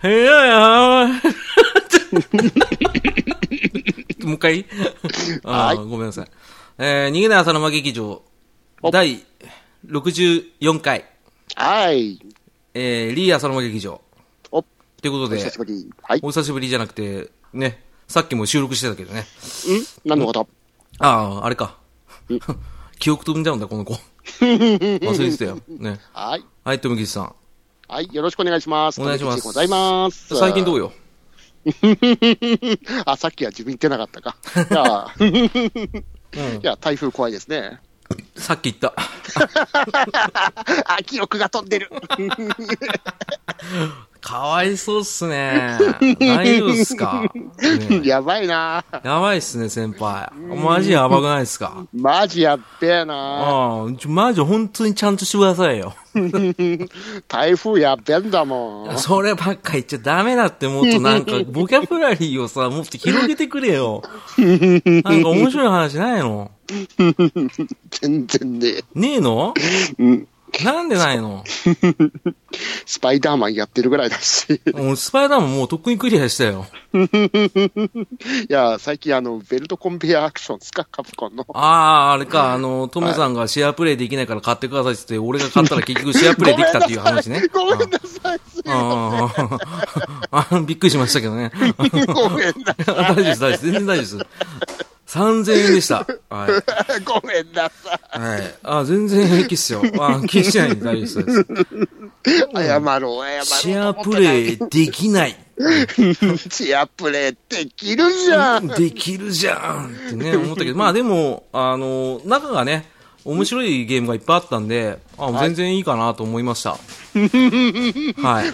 部屋やー もう一回あーごめんなさい。えー、逃げない朝の間劇場、お第64回、はい。えー、リー朝の間劇場。お、ということおで久、しぶり。はい。お久しぶりじゃなくて、ね、さっきも収録してたけどね。ん何のことああ、あれか。 記憶飛んじゃうんだ、この 子。忘れてたよ。ね。はい。はい、富木さん。はい。よろしくお願いします。お願いします富吉でございます。最近どううよ あ、さっきは自分言ってなかっ たか。いや、いや台風怖いですね。さっき言った。あ、記憶が飛んでる。かわいそうっすね。大丈夫っすか、ね やばいな。やばいっすね、先輩。マジやばくないっすかマジやっべえな。ああ、ちょマジ本当にちゃんとしてくださいよ。台風やっべえんだもん。そればっか言っちゃダメだって、もっとなんか、ボキャブラリーをさ、もっと広げてくれよ。なんか面白い話ないの全然ねえ。ねえのなんでないのスパイダーマンやってるぐらいだし。もうスパイダーマンもうとっくにクリアしたよ。いや、最近あの、ベルトコンベヤーアクションですかカプコンの。。ああ、あれか、あの、トメさんがシェアプレイできないから買ってくださいって言って、俺が買ったら結局シェアプレイできたっていう話ねごめんなさい。すあああ、 びっくりしましたけどね。ごめんな大丈夫です、大丈夫です。全然大丈夫です。3000円でした。はい。ごめんなさはい。あ、全然平気っすよ。あ、気にしないで大丈夫です。い。謝ろう、謝ろう。シェアプレイできない。チェアプレイできるじゃん。できるじゃんってね、思ったけど、まあでも、あの、中がね、面白いゲームがいっぱいあったんで、あ、全然いいかなと思いました。はい。刺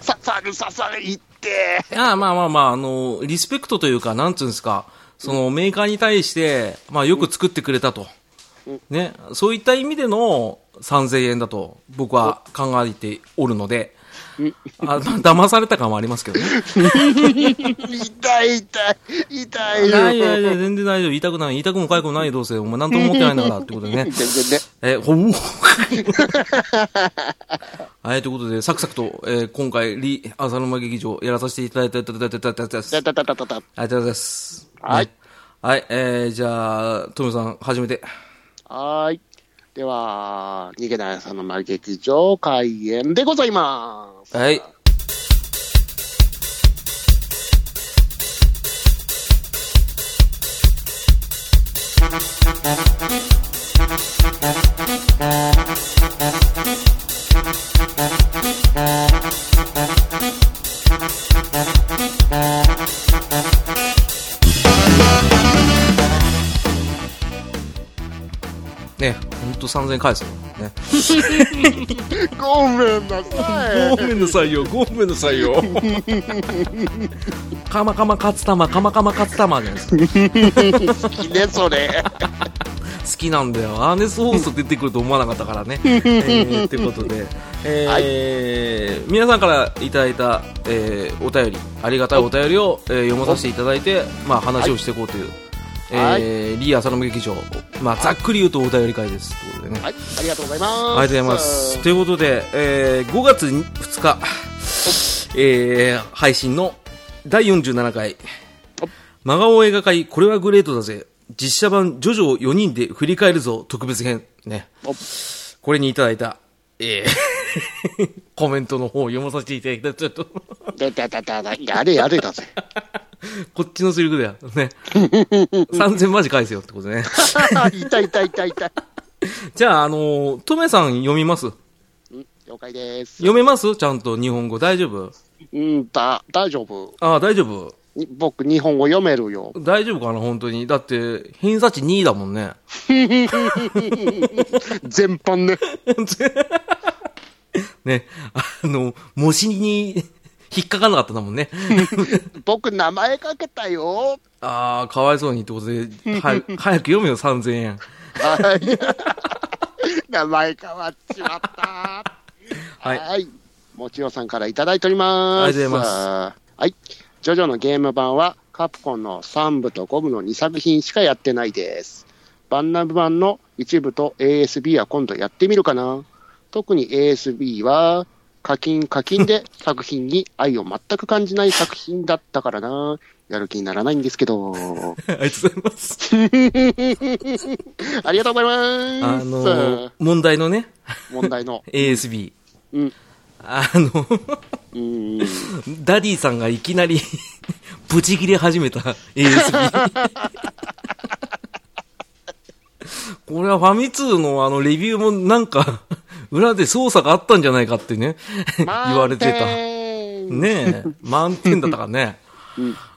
さる刺さる言って。いや、まあまあまあ、あの、リスペクトというか、なんつうんですか、そのメーカーに対して、まあよく作ってくれたと。ね、そういった意味での3000円だと僕は考えておるので、あまあ騙された感はありますけどね。痛い痛い。痛いいよ。やいやいや、全然大丈夫。言いたくない。言いたくもかゆくもないよ、どうせ。お前なんとも思ってないんだから、ってことでね。全然ね。え、ほう。はい、ということで、サクサクと、えー今回、リ・浅沼劇場やらさせていただいた、いただいた、いただいた、いただいただだだだだだ。ありがとうございます。はいね。はい、えー、じゃあ、トムさん、初めて。はーい。では、逃げないさんの丸劇場開演でございます。はい。ね、ほんと3000円返すよ。ね。ごめんなさ い。ごめんなさいよ、ごめんなさいよ。 カマカマカツタマ、カマカマカツタマじゃないですか。好きね、それ。好きなんだよ。アーネス放送出てくると思わなかったから ね。えー、ってことで、えー皆さんからいただいた、えーお便り、ありがたいお便りを、えー読まさせていただいて、まあ話をしていこうという、はいえーリー・浅野劇場、まあざっくり言うとお便り会です。ということでね。はい、ありがとうございます。ありがとうございます。。ということで、えー5月2日、えー配信の第47回、真顔映画会、これはグレートだぜ。実写版、ジョジョを4人で振り返るぞ、特別編。ね。おこれにいただいた、えー コメントの方を読まさせていただきたいちょっと、だだだだだ。やれやれだぜ。こっちのセリフだよ。ね。3000マジ返せよってことね。痛い痛い痛い痛い。じゃあ、あのートメさん読みますうん了解です。読めますちゃんと日本語。大丈夫うんだ、大丈夫。ああ、大丈夫。に僕、日本語読めるよ。大丈夫かな、本当に。だって、偏差値2位だもんね。全般ね。ね。あの、模試に引っかかんなかったんだもんね。僕、名前かけたよ。ああ、かわいそうにってことで、はい、早く読めよ、3000円。 はい。名前変わっちまった。はいもちろさんからいただいております。ありがとうございます。はい。ジョジョのゲーム版は、カプコンの3部と5部の2作品しかやってないです。バンナム版の1部と ASB は今度やってみるかな。特に ASB は、課金課金で作品に愛を全く感じない作品だったからな。やる気にならないんですけど。 ありがとうございます。ありがとうございまあす。のー、問題のね、問題の。 ASB。うん。あの、うん。ダディさんがいきなり、 ブチ切れ始めた ASB。これはファミ通のあのレビューもなんか、裏で操作があったんじゃないかってね、 言われてた。ね。ねえ、満点だったからね。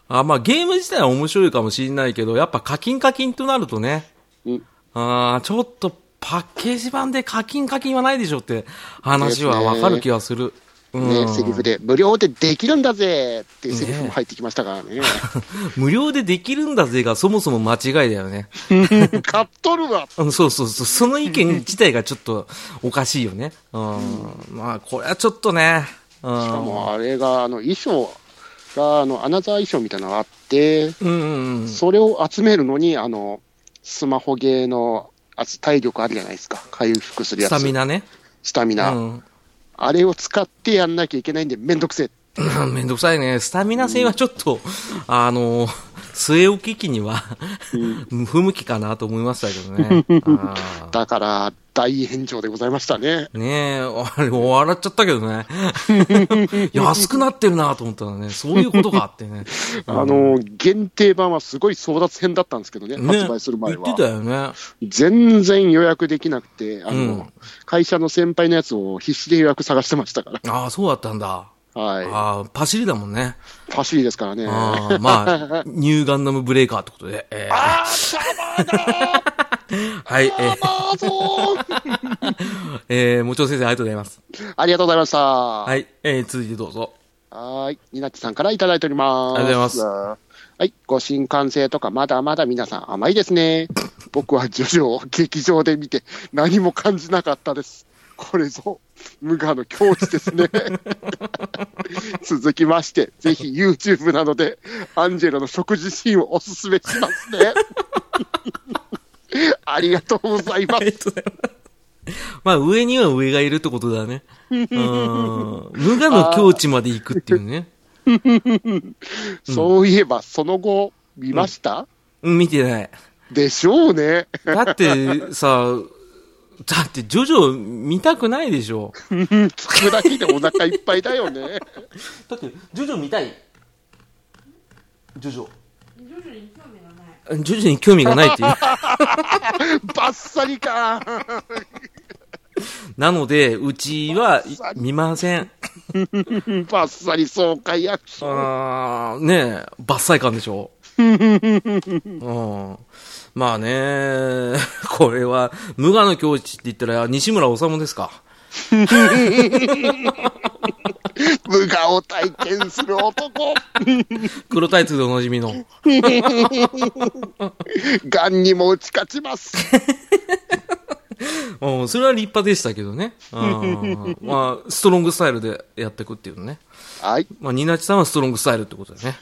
あまあゲーム自体は面白いかもしれないけど、やっぱ課金課金となるとね、うんあーちょっとパッケージ版で課金課金はないでしょって話はわかる気がする。うね、んセリフで、無料でできるんだぜっていうセリフも入ってきましたからね。 無料でできるんだぜがそもそも間違いだよ ね。買っとるわうんそうそうそう。その意見自体がちょっとおかしいよね。うん。まあ、これはちょっとね。うん。しかもあれが、あの、衣装が、あの、アナザー衣装みたいなのがあって、うんうんうん。それを集めるのに、あの、スマホゲーの、あ体力あるじゃないですか。回復するやスつ。タミナね。スタミうナ。ん。 あれを使ってやんなきゃいけないんで、めんどくせえ。うんめんどくさいね。スタミナ性はちょっと、あの、据え置き機には、 不向きかなと思いましたけどね。あだから、大炎上でございましたね。ーねえ、あれ、笑っちゃったけど ね。安くなってるなと思ったらね、そういうことかってね。あの、限定版はすごい争奪戦だったんですけどね、ね発売する前言ってたは。よね。全然予約できなくて、あの、うん会社の先輩のやつを必死で予約探してましたかああ、そうだったんだ。ら。は ああ、パシリだもんね。い。パシリですからね。ああ、まあ、ニューガンダムブレイカーってことで。えー あー、サバーだはい、えーーぞーえー、もちろん先生ありがとうございます。 ありがとうございました。は。はいい、えー、続いてどうぞ。 はい。になっちさんからいただいております。ありがとうございます。はい。ご新幹線とか、まだまだ皆さん甘いで すね。僕はジョジョを劇場で見て、何も感じなかったです。これぞ、無我の境地で すね。続きまして、ぜひ YouTube などで、アンジェロの食事シーンをおすすめしま すね。ありがとうございまあすり。がとうございます。まあ、上には上がいるってことだね。うん。無我の境地まで行くっていうね。そういえば、その後、見ました、うん見てない。でしょうね。だって、さ、だって、ジョジョ見たくないでしょ。聞くだけでお腹いっぱいだよ ね。だって、ジョジョ見たい。ジョジョ。徐々に興味がない。ジョジョに興味がないっていう。バッサリか。なので、うちは見ません。バッサリ爽快アクション。あーねえ、伐採感でしょ。うん、まあね、 これは、無我の境地って言ったら、西村治ですか。無我を体験する男。黒タイツでおなじみの。ガンにも打ち勝ちます。うん、それは立派でしたけどね。うん、まあ、ストロングスタイルでやっていくっていうね。はい。まあ、ニナチさんはストロングスタイルってことだね。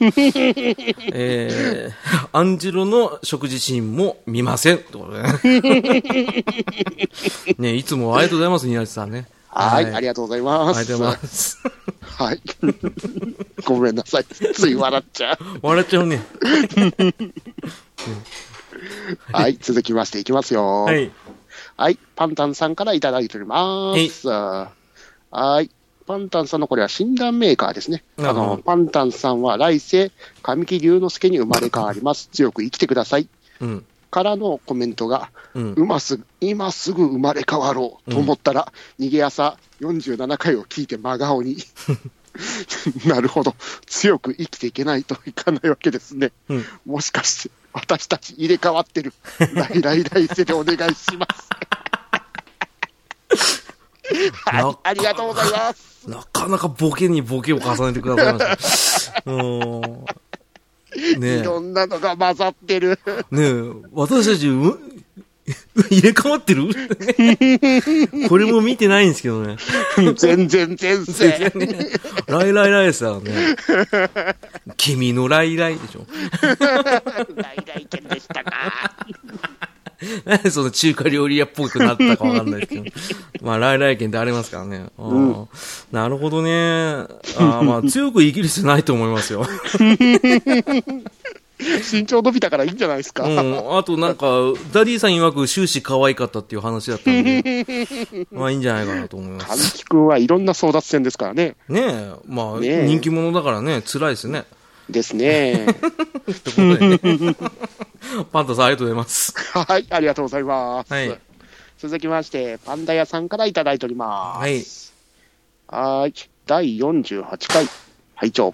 えー、アンジェロの食事シーンも見ませんってことだね。 ねいつもありがとうございます、ニナチさんね。はい、あありりがとうございます。がとうございます。はい。ごめんなさい。つい笑っちゃう。笑っちゃうね。はい、続きましていきますよ。は。い。はい、パンタンさんからいただいております。はい。パンタンさんのこれは診断メーカーですね。なあるほどの、パンタンさんは来世、神木隆之介に生まれ変わります。強く生きてください。うん。からのコメントが、うんうますぐ今すぐ生まれ変わろうと思ったら、逃げ朝47回を聞いて真顔に。 なるほど、強く生きていけないといかないわけですね。うんもしかして、私たち入れ替わってる。来来来世でお願いします。 はい、ありがとうございます。なかなかボケにボケを重ねてくださいました。うーん。ねいろんなのが混ざってる。え、ねえ、私たち、う 入れ替わ ってるこれも見てないんですけどね。全然前世。 ライライライですからね。君のライライでしょ。来来県でしたか。なん でその中華料理屋っぽくなったかわかんないですけ ど。まあ、来来県ってありますからね。あーなるほどね。あ ーまあ、強く生きる必要ないと思いますよ。身長伸びたからいいんじゃないですか。うん。あとなんか、ダディさん曰く終始可愛かったっていう話だったん で、まあいいんじゃないかなと思います。神木君はいろんな争奪戦ですからね。ねえ、まあ、ねえ人気者だからね、辛いですね。で すね。ってことでね。 パンタさん、ありがとうございます。はい、ありがとうございます。はい続きまして、パンダ屋さんからいただいております。はい。い。第48回、拝聴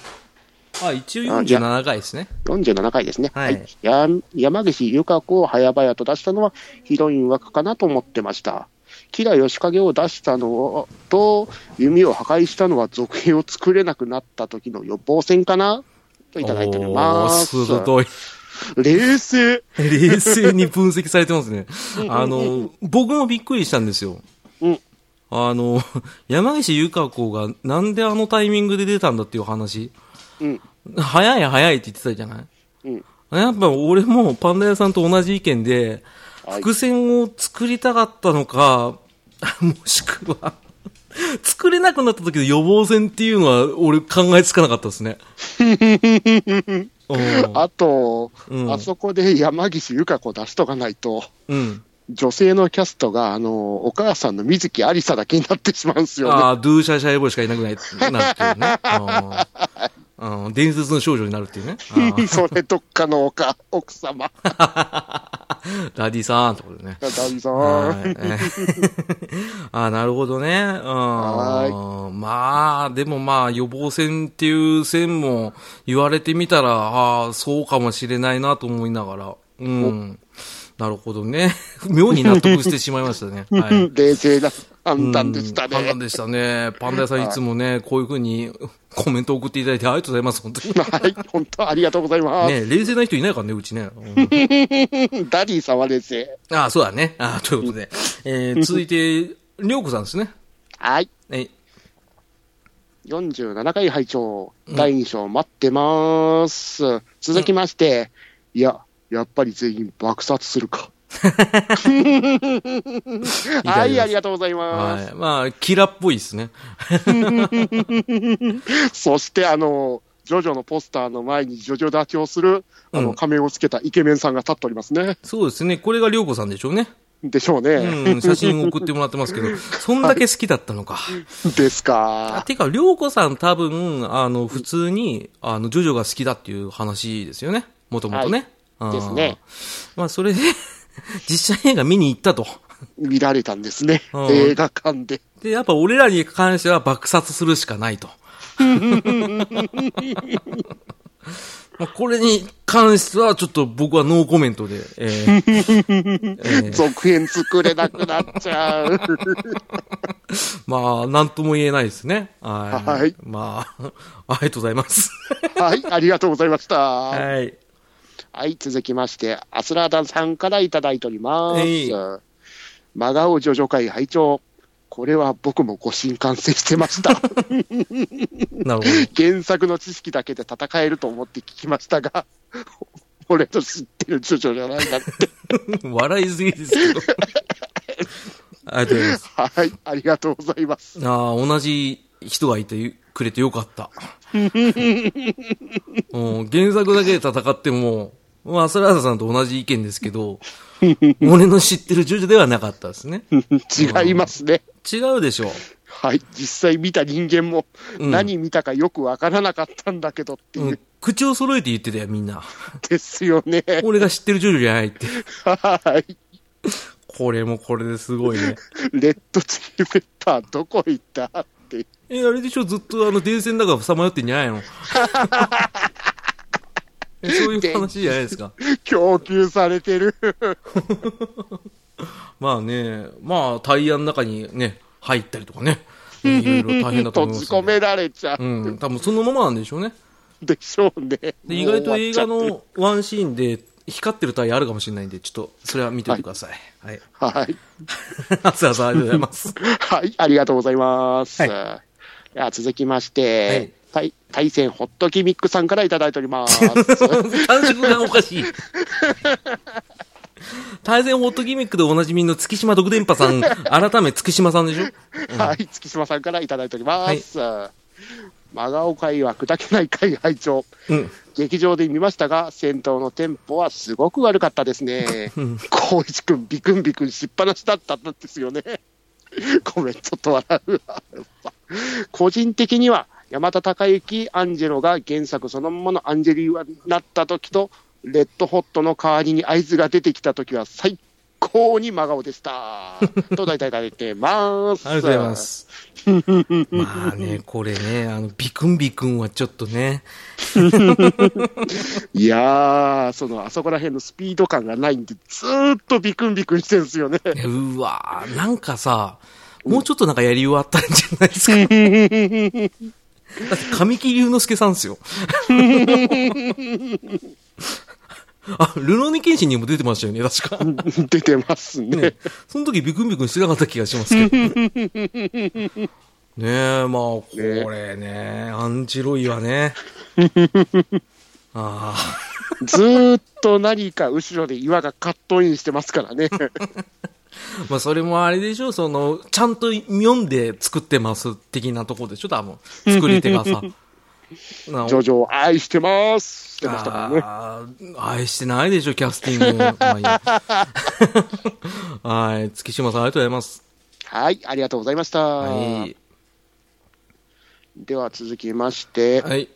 あ、一応あいや47回ですね。 47回ですね。はいや山岸由香子を早々と出したのはヒロイン枠かなと思ってました。キラヨシカゲを出したのと、弓を破壊したのは続編を作れなくなった時の予防線かなといただいております。おー鋭い。冷静。冷静に分析されてますね。あの、僕もびっくりしたんですよ。うんあの、山岸由香子がなんであのタイミングで出たんだっていう話。うん。早い早いって言ってたじゃないうん。やっぱ俺もパンダ屋さんと同じ意見で、はい伏線を作りたかったのか、 もしくは、作れなくなった時の予防線っていうのは俺考えつかなかったです ね。うんあと、うんあそこで山岸由香子出しとかないと、うん。女性のキャストが、あの、お母さんの水木ありさだけになってしまうんですよね。ああ、ドゥーシャーシャエボーしかいなくないなるっていうね。 あーうん伝説の少女になるっていうね。あーそれどっかのおか奥様。ダディさんってことでね。ダンさはん。い。あー なるほどね。うん。まあ、でもまあ、予防線っていう線も言われてみたら、ああ、そうかもしれないなと思いながら。うん。なるほどね。 妙に納得してしまいましたね。はい。冷静な判断でしたうん判ね断。でしたね。パンダ屋さんいつもね、こういうふうにコメントを送っていただいてありがとうございます、本当に。はい、本当ありがとうございます。ね冷静な人いないからね、うちね。 うんダディさんは冷静。ああ、そうだね。ああ、ということで。えー、続いて、りょうこさんですね。はい。はい。 47回拝聴第2章待ってます。続きまして、いや、やっぱり全員爆殺す るか。 はい、ありがとうございます。はい。まあ、キラっぽいですね。そして、あの、ジョジョのポスターの前にジョジョ立ちをする、あうの、ん仮面をつけたイケメンさんが立っておりますね。そうですね。これがりょうこさんでしょうね。でしょうね。 うん、写真を送ってもらってますけど、そんだけ好きだったのか。ですあか。てか、りょうこさん多分、あの、普通に、あの、ジョジョが好きだっていう話ですよね。もともとね。はいうんですね。まあ、それで、 実写映画見に行ったと。見られたんですね。うん映画館で。で、やっぱ俺らに関しては爆殺するしかないと。まあこれに関しては、ちょっと僕はノーコメントで、えーえー続編作れなくなっち ゃう。まあ、なんとも言えないですね。はい。はいまあ、 ありがとうございます。はい、ありがとうございました。ははい。い、続きまして、アスラーダンさんからいただいております。えい真顔ジョジョ会拝聴これは僕もご新感染してました。なるほど。 原作の知識だけで戦えると思って聞きましたが、 俺と知ってるジョジョじゃないなって。笑いすぎですけど。ありがとうございます。はい、ありがとうございます。ああ、同じ人がいてくれてよか った。うん原作だけで戦っても、まあ、それはさんと同じ意見ですけど、俺の知ってるジョジョではなかったですね。違いますね。違うでしょう。はい、実際見た人間もうん何見たかよくわからなかったんだけどっていううんん、口を揃えて言ってたよ、みんな。ですよね。俺が知ってるジョジョじゃないって。はい。これもこれですごいね。レッドチリペッパーどこ行ったって。え、あれでしょずっとあの、電線の中さまよってんじゃない のえそういう話じゃないですか。供給されてる。まあね、まあ、タイヤの中にね、入ったりとかね。いろいろ大変だと思い閉まじす込ん で。められちゃううん、多分そのままなんでしょうね。でしょうね。で意外と映画もう終わっのワンシーンで光ってるタイヤあるかもしれないんで、ちょっとそれは見ておいてください。 はい。ちゃって。はい。あつあさんありがとうござい ます。はい、ありがとうございます。はいでは続きまして、対対戦ホットギミ ックさんからいただいております。感触がおかしい。大前ホットギミックでおなじみの月島独電波さん、改め月島さんでしょはい、月島さんからいただいております。真顔会は砕けない会拝聴うん。劇場で見ましたが、戦闘のテンポはすごく悪かったで すね。光一くん、ビクンビクンしっぱなしだったんですよね。ごめん、ちょっと笑うわ。個人的には、山田孝之、アンジェロが原作そのままのアンジェリーになった時と、レッドホットの代わりに合図が出てきた時は最高に真顔でした。と大体いただいてます。ありがとうございま。す。まあね、これね、あの、ビクンビクンはちょっとね、いやー、その、あそこら辺のスピード感がないんで、ずーっとビクンビクンしてるんですよね。ねうわーなんかさ、もうちょっとなんかやりようあったんじゃないですか。だって神木隆之介さんですよ。あ、ルノーニケンシンにも出てましたよね、確 か。出てますね。その時ビクンビクンしてなかった気がしますけど。ねえ、まあ、これね、アンチロイはね。あずーっと何か後ろで岩がカットインしてますか らね。あ、まあ、それもあれでしょ、その、ちゃんと読んで作ってます的なとこでしょ、多分。作り手がさ。なジョジョを愛してますしてましたからね。あー愛してないでしょ、キャスティング。まあいいや はい、月島さんありがとうございます。はい、ありがとうございました。はい。では続きまして、はい。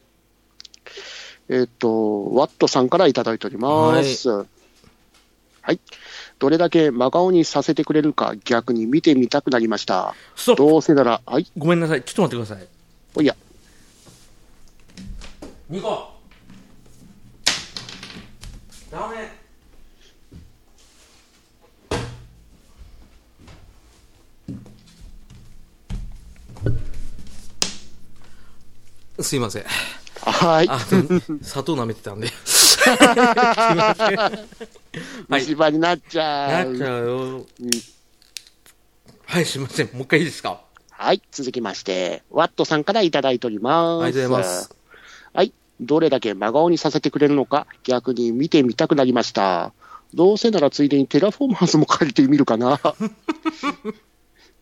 えっ、と、ワットさんからいただいております。はい。どれだけ真顔にさせてくれるか逆に見てみたくなりました。ストップどうせなら、はい、ごめんなさい、ちょっと待ってください。おや、ニコダメすいません。はい、あ、でも砂糖舐めてたんで。すいませ虫ん。歯になっちゃはい。う。なっちゃうよ。はい、すいません。もう一回いいですかはい、続きまして、ワットさんからいただいております。ありがとうございます。はい、どれだけ真顔にさせてくれるのか、逆に見てみたくなりました。どうせならついでにテラフォーマーズも借りてみるかな。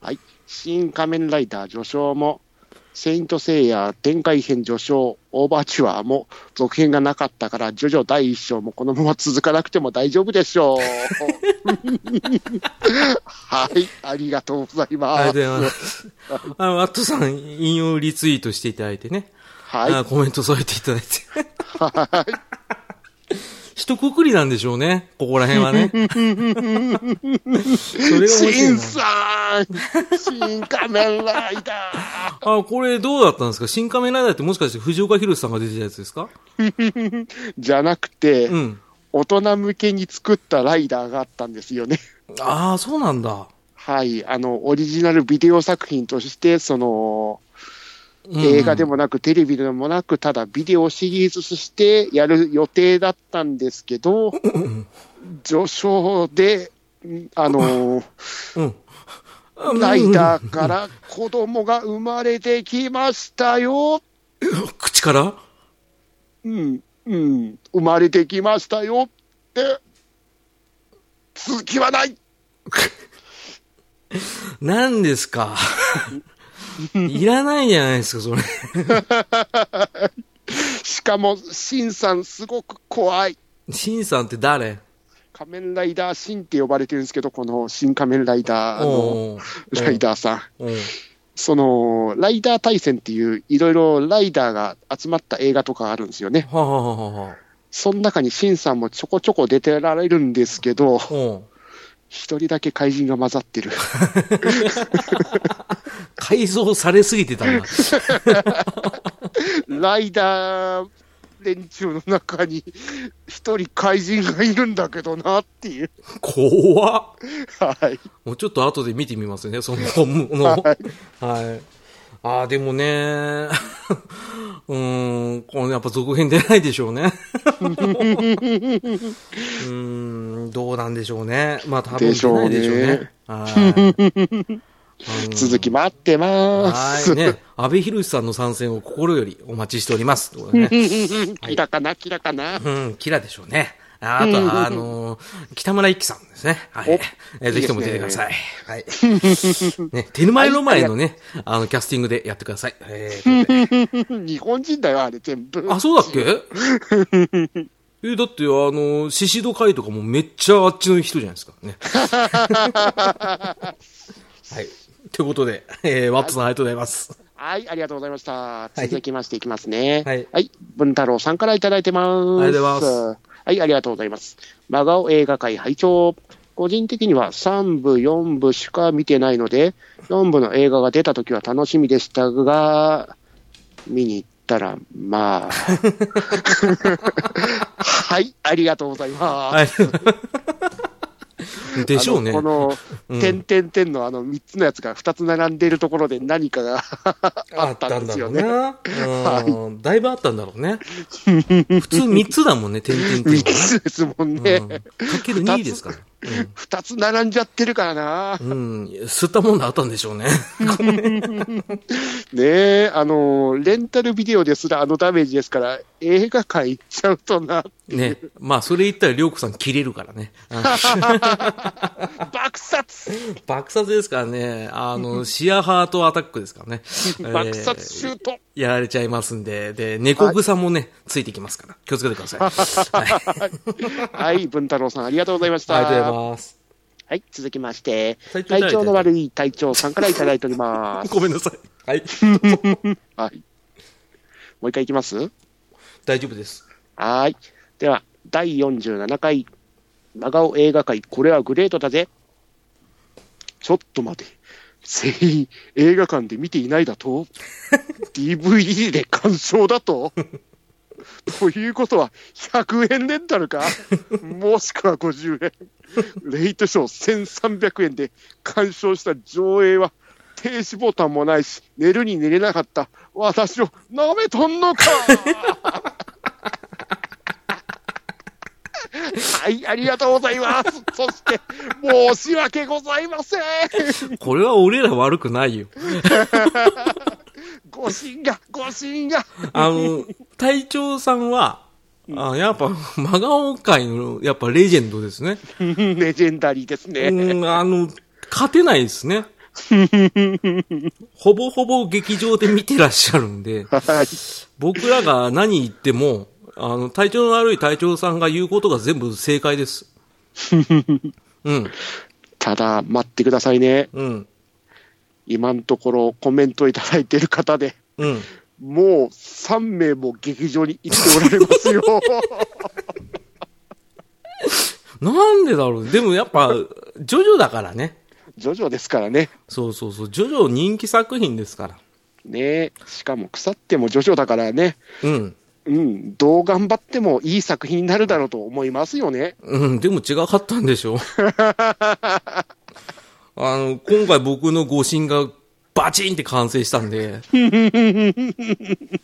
はい、新仮面ライダー序章も、セイントセイヤ展開編序章、オーバーチュアも続編がなかったから、ジョジョ第一章もこのまま続かなくても大丈夫でしょう。 はい、ありがとうございまあす。りがとうございます。あの、アットさん、引用リツイートしていただいてね。はいあ。コメント添えていただいて。 一括りなんでしょうね。ここら辺は ね。それが面白シいンなさん新仮面ライダーあ、これどうだったんですか新仮面ライダーってもしかして藤岡弘さんが出てたやつですかじゃなくて、うん。大人向けに作ったライダーがあったんですよね。 ああ、そうなんだ。はい。あの、オリジナルビデオ作品として、その、映画でもなく、テレビでもなく、ただビデオシリーズとしてやる予定だったんですけど、序章で、んあの、うん。うん。ライー。ダーから子供が生まれてきましたよ口 からうん、うん、生まれてきましたよって、続きはない何ですかいらないじゃないですか、それ。しかも、シンさんすごく怖い。シンさんって誰仮面ライダーシンって呼ばれてるんですけど、この新仮面ライダーのおーライダーさん。うん。その、ライダー対戦っていう、いろいろライダーが集まった映画とかあるんですよね。はあ、はあはあはあ、その中にシンさんもちょこちょこ出てられるんですけうど、ん。一人だけ怪人が混ざってる。改造されすぎてたな。ライダー連中の中に一人怪人がいるんだけどなっていう。怖っ。はい。もうちょっと後で見てみますね、その本物を。はい。ああ、でもね、 うーん、このやっぱ続編出ないでしょうね。 うーん、どうなんでしょうね。まあ多分でし出ょなういねでしょうね。はい。続き待ってまはす。い。ね。安倍博さんの参戦を心よりお待ちしております。ということでねキラかな、キラかな。うん、キラでしょうね。あとは、あのー北村一輝さんですね。はい。えーぜひとも出てください。はい。ね、テルマエロマエのね、あの、キャスティングでやってください。えーというこ日本人だよ、あれ全部とで。あ、そうだっけえ、だって、あの、シシド会とかもめっちゃあっちの人じゃないですか ね。はい。ということで、えー、ワットさんありがとうございます。はい、ありがとうございました。続きましていきますね。ははいい。文太郎さんからいただいてます。。ありがとうございますはい、ありがとうございます。真顔映画界拝聴個人的には3部、4部しか見てないので、4部の映画が出た時は楽しみでしたが、見に行ったら、 まあ。はい、ありがとうございます。はい。でしょうね。あのこんの、点々点のあの3つのやつが2つ並んでいるところで何か があったんですよね。 あったんだろうね。うんだいぶあったんだろうね。普通3つだもんね、点々点3がね。つですもんね。うんかける2ですから。 2つ並んじゃってるからな。うん。吸ったもんだあったんでしょう ね。ねえ、あの、レンタルビデオですらあのダメージですから、映画館行っちゃう とな、ね。まあ、それ言ったら、りょうこさん切れるからね。うん爆殺 爆殺ですからね。あの、シアハートアタックですからね。爆殺シュート、 えーやられちゃいますんで、で、猫草もね、ついてきますから。気をつけてくだ さい。はい。はい、文太郎さんありがとうございました。ありがとうございます。はい、続きまして、体調いただ体いて調の悪い隊長さんからいただいております。ごめんなさい。はい。はい。もう一回いきます大丈夫です。はい。では、第47回、真顔映画界、これはグレートだぜ。ちょっと待て。全員映画館で見ていないだと ?DVD で鑑賞だとということは、100円レンタルかもしくは50円。レイトショー1300円で鑑賞した上映は、停止ボタンもないし、寝るに寝れなかった私を舐めとんのかはい、ありがとうございます。 そして、申し訳ございません。 これは俺ら悪くないよ。ご神が、ご 神が。あの、隊長さんは、あやっぱ、 真顔界の、やっぱレジェンドですね。レジェンダリーですね。うん、あの、勝てないですね。ほぼほぼ劇場で見てらっしゃるんで、 はい。僕らが何言っても、あの、体調の悪い隊長さんが言うことが全部正解です。うん、ただ、待ってくださいね。うん、今のところコメントいただいてる方で、うん。もう3名も劇場に行っておられます よ。なんでだろう。でもやっぱ、ジョジョだからね。ジョジョですからね。そうそうそう、ジョジョ人気作品ですから。ねしかも腐ってもジョジョだからね。うん。うん、どう頑張ってもいい作品になるだろうと思いますよね。うん、でも違かったんでしょ あの、今回僕の誤信がバチンって完成したんで、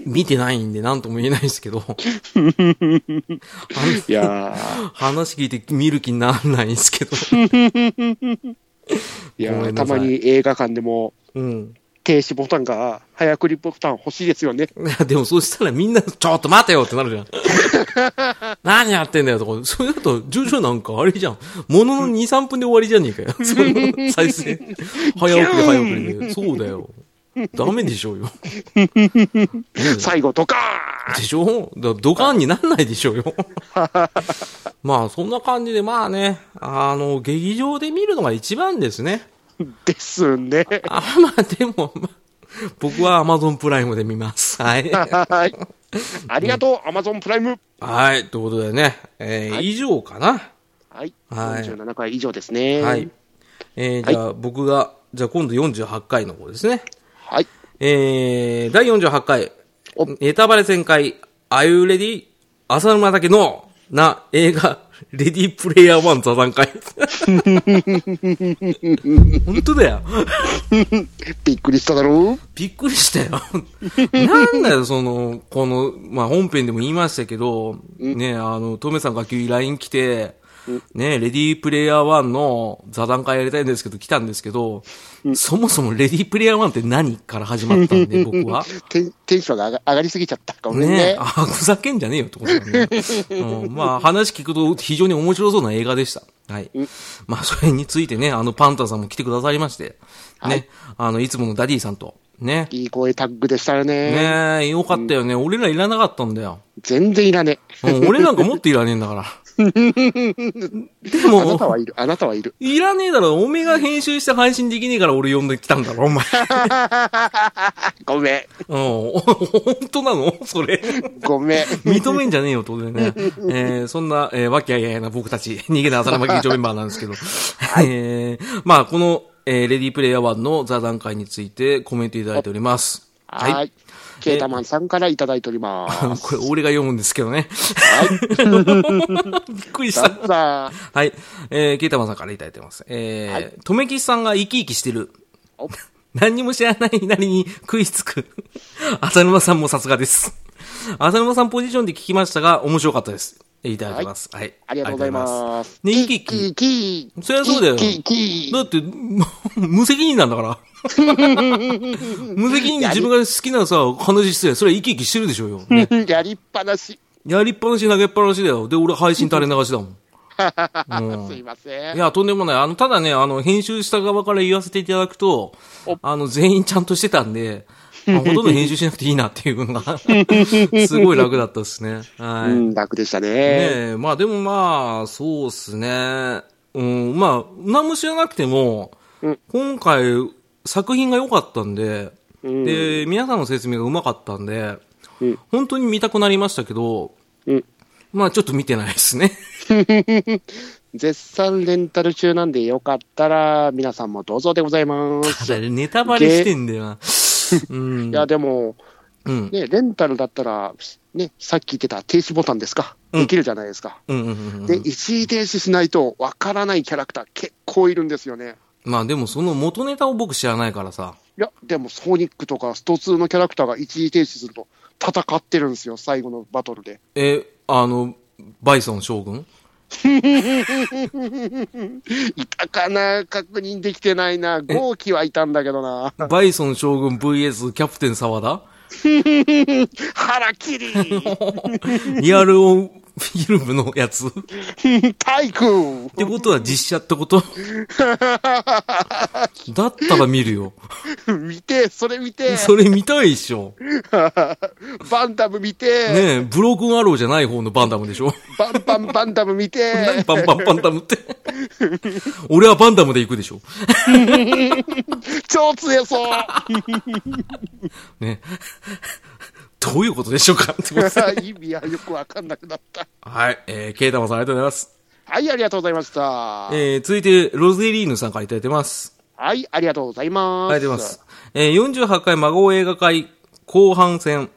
見てないんで何とも言えないですけど、いや ー、話聞いて見る気にならないんですけど、いやごめんーなたさいまに映画館でもうん。停止ボタンが早送りボタン欲しいですよね。いやでもそうしたらみんな、ちょっと待てよってなるじゃん。何やってんだよとか、それだと、ジョジョなんかあれじゃん。ものの2、3分で終わりじゃねえかよ。その再生。早送り早送りで。そうだよ。ダメでしょうよ。最後とかでしょだドカンになんないでしょうよ。 まあ、そんな感じで、まあね、あの、劇場で見るのが一番ですね。ですね。あ、まあ、でも、まあ、僕は Amazon プライムで見ます。 はい。はい。ありがとう、アマゾンプライム。はい、ということでね、えー以上かな。はい。はい47回以上ですね。はい。。えーじゃあ、僕が、じゃあ今度48回の方ですね。はい。えー、第48回お、ネタバレ全開、Are you ready? 浅沼だけの、な、映画、 レディープレイヤー1座談会。 本当だよ。びっくりしただろうびっくりしたよ。 なんだよ、その、この、まあ、本編でも言いましたけど、ね、あの、トメさんが急に LINE 来て、ね、レディープレイヤー1の座談会やりたいんですけど、来たんですけど、そもそもレディープレイヤー1って何から始まったんで、僕は。テンテンションが上が上がりすぎちゃった。ごめんねね。あ、ふざけんじゃねえよってことだね。うん、まあ、話聞くと非常に面白そうな映画でした。はい。まあ、それについてね、あの、パンタさんも来てくださいまして、ね、はいあの、いつものダディさんと、ね。いい声タッグでしたよね。ねえ、よかったよね。俺らいらなかったんだよ。全然いらね うん俺なんかもっといらねえんだから。 でえ。あなたも、はいる。あなたはいる。いらねえだろ。おめえが編集して配信できねえから俺呼んできたんだろ、お前。ごめうん、 お本当なのそれ。ん。ごめ ん。認めんじゃねえよってことで ね。えーそんな、えー、わけあいあいな僕たち、 逃げな朝生劇場メンバーなんですけど。えーまあ、この、えーレディープレイヤー1の座談会についてコメントいただいております。は。い。ケータマンさんからいただいておりまあのす。 これ、俺が読むんですけどね。 びっくりしさた。あ、 はい。えー、ケイタマンさんからいただいてます。えー、とめきちさんが生き生きしてる。お 何にも知らないなりに食いつく。 浅沼さんもさすがです。浅沼さんポジションで聞きましたが、面白かったです。いただきます。はい。ありがとうございまあす。りがとうございますね、生き生きき。き。そりゃそうだよ。生き生きだって、 もう無責任なんだから。 無責任に自分が好きなさ、話して、それは生き生きしてるでし ょうよ。ね、やりっぱなし。やりっぱなし投げっぱなしだよ。で、俺配信垂れ流しだもん。 すいませいん。や、とんでもない。あの、ただね、あの、編集した側から言わせていただくとお、あの、全員ちゃんとしてたんで、まあほとんど編集しなくていいなっていうの が、すごい楽だったですね。はうい。ねん、楽でしたね。えまあでもまあ、そうっすね。うん、まあ、何も知らなくても、うん今回、作品が良かったんで、うんで、皆さんの説明がうまかったんで、うん本当に見たくなりましたけど、うんまあちょっと見てないです ね。絶賛レンタル中なんで、よかったら、皆さんもどうぞでございます。 ただネタバレしてんだよな。うんい。や、でも、うん。ね、レンタルだったら、ね、さっき言ってた停止ボタンですか。うんできるじゃないですか。うんうんうんうで、ん。一時停止しないと、わからないキャラクター結構いるんですよね。まあでもその元ネタを僕知らないからさ。いや、でもソニックとかスト2のキャラクターが一時停止すると戦ってるんですよ、最後のバトルで。え、あの、バイソン将軍いたかな確認できてないな。豪気はいたんだけどな。バイソン将軍 VS キャプテン沢田腹 切りリアルオンフィルムのやつっ体育てことは実写ってことだったら見るよ。見て、それ見て、それ見たいっしょ。バンダム見て、ねえ、ブロークンアローじゃない方のバンダムでしょバンバンバンダム見何て、バンバンバンダムって。俺はバンダムで行くでしょ。超強そう ね。どういうことでしょうかってことです意味はよくわかんなくなった。はい。えー、ケイタマさんありがとうございます。はい、ありがとうございました。えー、続いて、ロゼリーヌさんからいただいてます。はい、ありがとうございます。ありがとうございます。。えー、48回孫映画会後半戦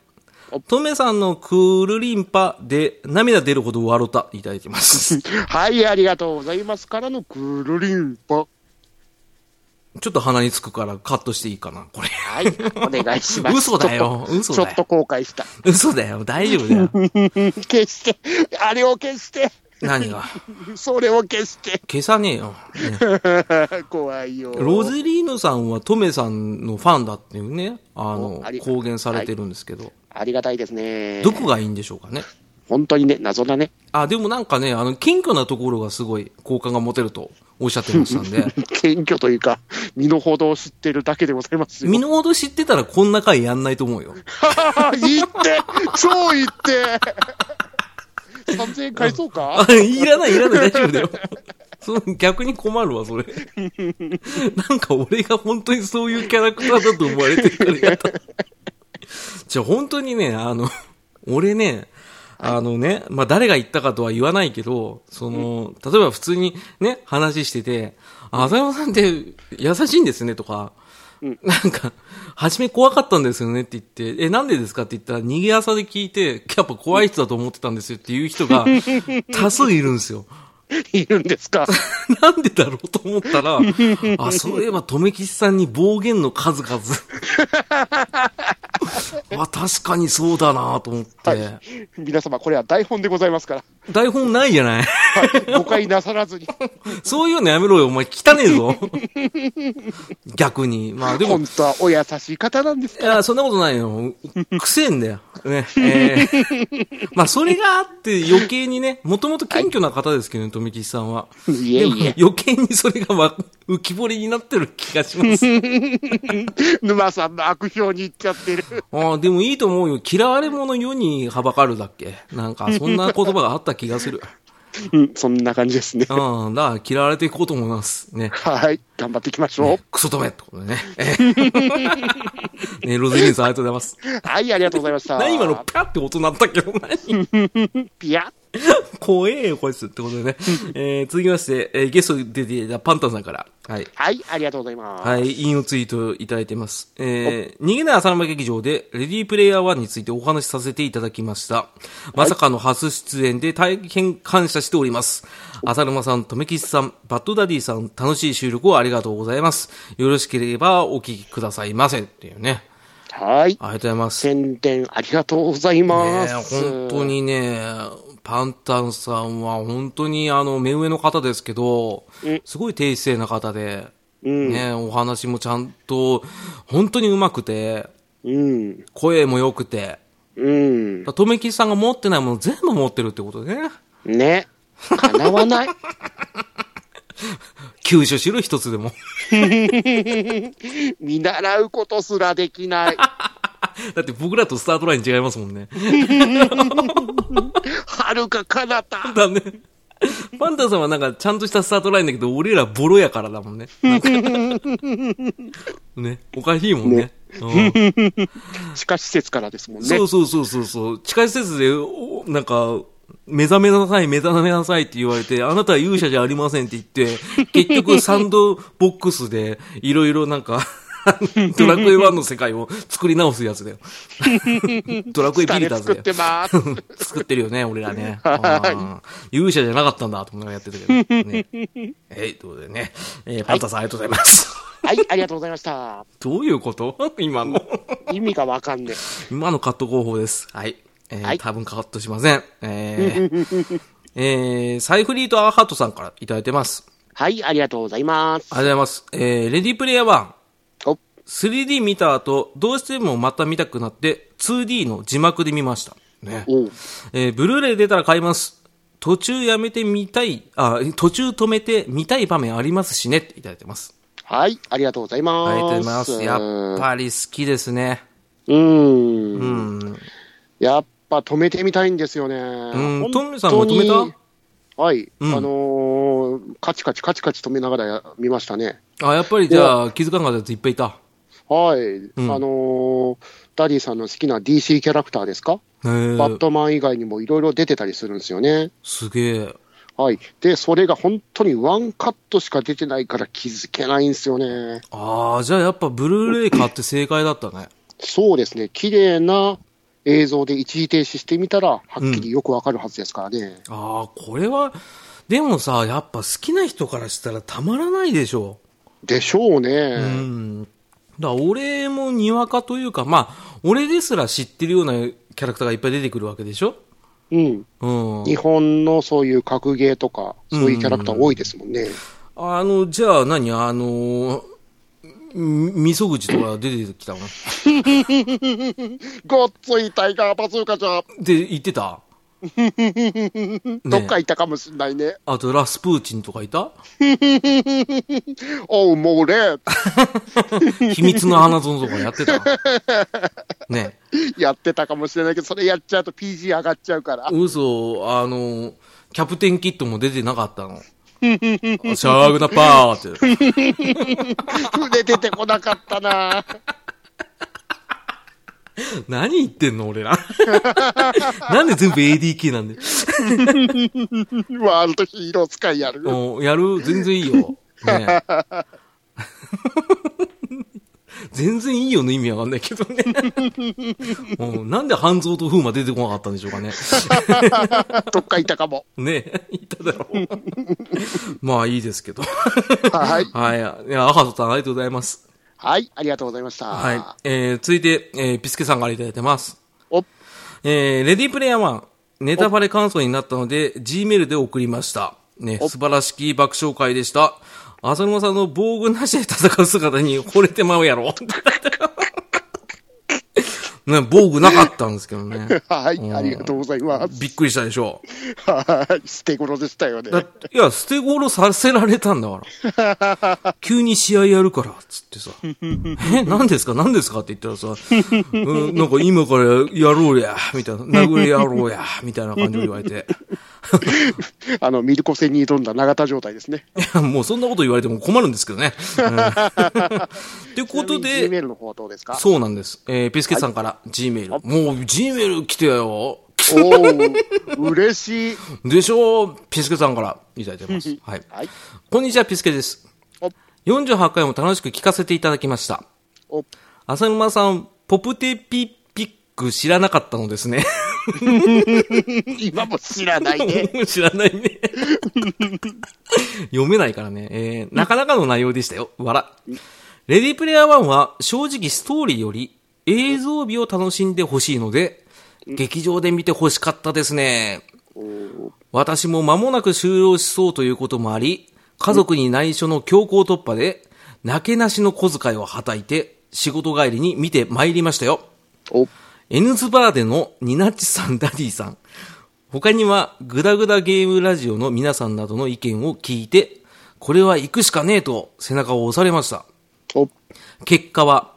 お。トメさんのクールリンパで涙出るほど笑ったいただいて ます。はい、ありがとうございます。からのくるりんぽ。ちょっと鼻につくからカットしていいかな、これ。 はい、お願いします。嘘だよち嘘ょっとだよちょっと後悔した。嘘だよ、大丈夫だよ。 消して、あれを消して、何がそれを消して。消さねえよ。 怖いよ。ロゼリーヌさんはトメさんのファンだっていうね、あのおあり、公言されてるんですけど、ありがたいですね。どこがいいんでしょうかね。本当にね、謎だね。 あ、でもなんかね、あの、謙虚なところがすごい好感が持てるとおっしゃってましたんで、謙虚というか、身の程を知ってるだけでございますよ。身の程知ってたらこんな回やんないと思うよ。 言って 超言って !3000 円返そうかあ、 いらない、いらない、大丈夫だ よ。そう逆に困るわ、それ。なんか俺が本当にそういうキャラクターだと思われてるからやった。じゃあ本当にね、あの、 俺ね、あのね、まあ、誰が言ったかとは言わないけど、その、例えば普通にね、話してて、あ、浅山さんって優しいんですねとか、なんか、初め怖かったんですよねって言って、え、なんでですかって言ったら、逃げ朝で聞いて、やっぱ怖い人だと思ってたんですよっていう人が、多数いるんですよ。いるんですか なんでだろうと思ったら、 あ、そういえば、とめきちさんに暴言の数々。あ、確かにそうだなと思って、はい皆様、これは台本でございますから、台本ないじゃない はい、誤解なさらずに、そういうのやめろよ、お前汚ねえぞ。逆に。まあでも本、当はお優しい方なんですいや、そんなことないよ。くせえんだよ。ね。え ーまあ、それがあって余計にね、もともと謙虚な方ですけどね、富吉さんは。いえいえでも余計にそれがわ浮き彫りになってる気がします。沼さんの悪評に行っちゃってる。ああ、でもいいと思うよ。嫌われ者世にはばかるだっけなんか、そんな言葉があった気がする。うん、そんな感じですね。うん、だから嫌われていこうと思います。ね。はい、頑張っていきましょう。クソ止めってことでね。えーね、ロゼリンさんありがとうございます。はい、ありがとうございました。何今のピャって音鳴ったけど、何ピヤ怖えよ、こいつってことでね。えー続きまして、えーゲストで出ていたパンタンさんから。はい。はい、ありがとうございます。はい、引用ツイートいただいてます。えー、逃げない浅沼劇場で、レディープレイヤー1についてお話しさせていただきました。まさかの初出演で大変感謝しております。浅沼さん、とめきさん、バッドダディさん、楽しい収録をありがとうございます。よろしければお聞きくださいませ。っていうね。はい。ありがとうございます。ね宣伝ありがとうございまえす。本当にね、パンタンさんは本当にあの、目上の方ですけどうん、すごい低姿勢な方で、うん、ね、お話もちゃんと、本当に上手くて、うん、声も良くて、うん。とめきさんが持ってないもの全部持ってるってことでね、ね。叶わない。 吸収しろ一つでも。 見習うことすらできない。だって僕らとスタートライン違いますもんね。 はるか彼方。だね。パンタさんはなんかちゃんとしたスタートラインだけど、俺らボロやからだもんね。なん かね、おかしいもんね。うん地下施設からですもんね。そうそうそうそうそう。地下施設で、おなんか、目覚めなさい、目覚めなさいって言われて、あなたは勇者じゃありませんって言 って、結局サンドボックスで、いろいろなん か、ドラクエ1の世界を作り直すやつだ よ。ドラクエビタリレター作ズだっよ。て ます。作ってるよね、俺らね。 はいうん勇者じゃなかったんだ、と思いながらやってたけ ど。ね、えい、ということでね。えーパンタさん、ありがとうござい ます。はい、ありがとうございました。どういうこと 今の。意味がわかんね今のカット方法です。はい。えーはい多分カットしません。えー えーサイフリーとアーハートさんからいただいてます。え。はい、ありがとうございます。ありがとうございます。えーレディープレイヤー1。お、 3D 見た後、どうしてもまた見たくなって、2D の字幕で見ました。ね。おうえーブルーレイ出たら買います。途中やめてみたい、あ、途中止めて見たい場面ありますしねっていただいてます。はい、ありがとうございます。ありがとうございます。やっぱり好きですね。うーん。うん。やっぱ止めてみたいんですよね。んトムさんも止めた本当にはい、んあのーカチカチカチカチ止めながらや見ましたね。あ、やっぱりじゃあ気づかなかったやついっぱいいた。はい、んあのーダディさんの好きな DC キャラクターですか、へーバットマン以外にもいろいろ出てたりするんですよね。すげえ。はい。で、それが本当にワンカットしか出てないから気づけないんですよね。ああ、じゃあやっぱブルーレイ買って正解だったね。そうですね。綺麗な映像で一時停止してみたら、はっきりよくわかるはずですからね。ああ、これは、でもさ、やっぱ好きな人からしたらたまらないでしょ。でしょうね。うん。だから俺もにわかというか、まあ、俺ですら知ってるようなキャラクターがいっぱい出てくるわけでしょうん。うん。日本のそういう格ゲーとか、そういうキャラクター多いですもんね。あの、じゃあ何あのー、んみそぐちとか出てきたのごっついタイガーバズーカじゃ、で、言ってたねどっか行ったかもしんないね。あと、ラスプーチンとかいたおう、もうね、秘密の花園とかやってたねやってたかもしれないけど、それやっちゃうと PG 上がっちゃうから。嘘、あの、キャプテンキットも出てなかった の。あシャーグナパーって。船出てこなかったな。何言ってんの俺 ら。なんで全部 ADK なんで。ワールドヒーロー使いやる。もうやる全然いいよ。ね、 全然いいよの意味わかんないけど ね。もうなんで半蔵と風磨出てこなかったんでしょうか ね。どっかいたかも。ねいただろ う。まあいいですけど。はい。はい。いや、アハトさんありがとうございます。はい、ありがとうございました。はい。えー、続いて、えー、ピスケさんからいただいてます。おえー、レディープレイヤー1、ネタバレ感想になったので、G メールで送りました。ね、素晴らしき爆笑会でした。浅沼さんの防具なしで戦う姿に惚れてまうやろ。ね、防具なかったんですけどね。はい、ありがとうございます。びっくりしたでしょはい、捨て頃でしたよね。だっていや、捨て頃させられたんだから。 急に試合やるから、つって さ。え、何ですか何ですかって言ったらさ、うん、なんか今からやろうや、みたいな。殴りやろうや、みたいな感じで言われ て。あの、ミルコ戦に挑んだ永田状態ですね。いや、もうそんなこと言われても困るんですけどね。と、いうことちなみにで、 Gmail の方はどうですかそうなんです。えー、ピスケさんから G メール。もう G メール来てよ。おお、嬉しい。でしょうピスケさんからいただいてます。はい。はい、こんにちは、ピスケです。お、 48回も楽しく聞かせていただきました。お、浅沼さん、ポプテピピック知らなかったのですね。今も知らないね。 知らないね。読めないからね。えーなかなかの内容でしたよ。わら。レディープレイヤー1は正直ストーリーより映像美を楽しんでほしいので、劇場で見てほしかったですね。私も間もなく終了しそうということもあり、家族に内緒の強行突破で、なけなしの小遣いをはたいて、仕事帰りに見て参りましたよ。お、 N ズバーでのニナッチさん、ダディさん、他にはグダグダゲームラジオの皆さんなどの意見を聞いて、これは行くしかねえと背中を押されました。お、結果は、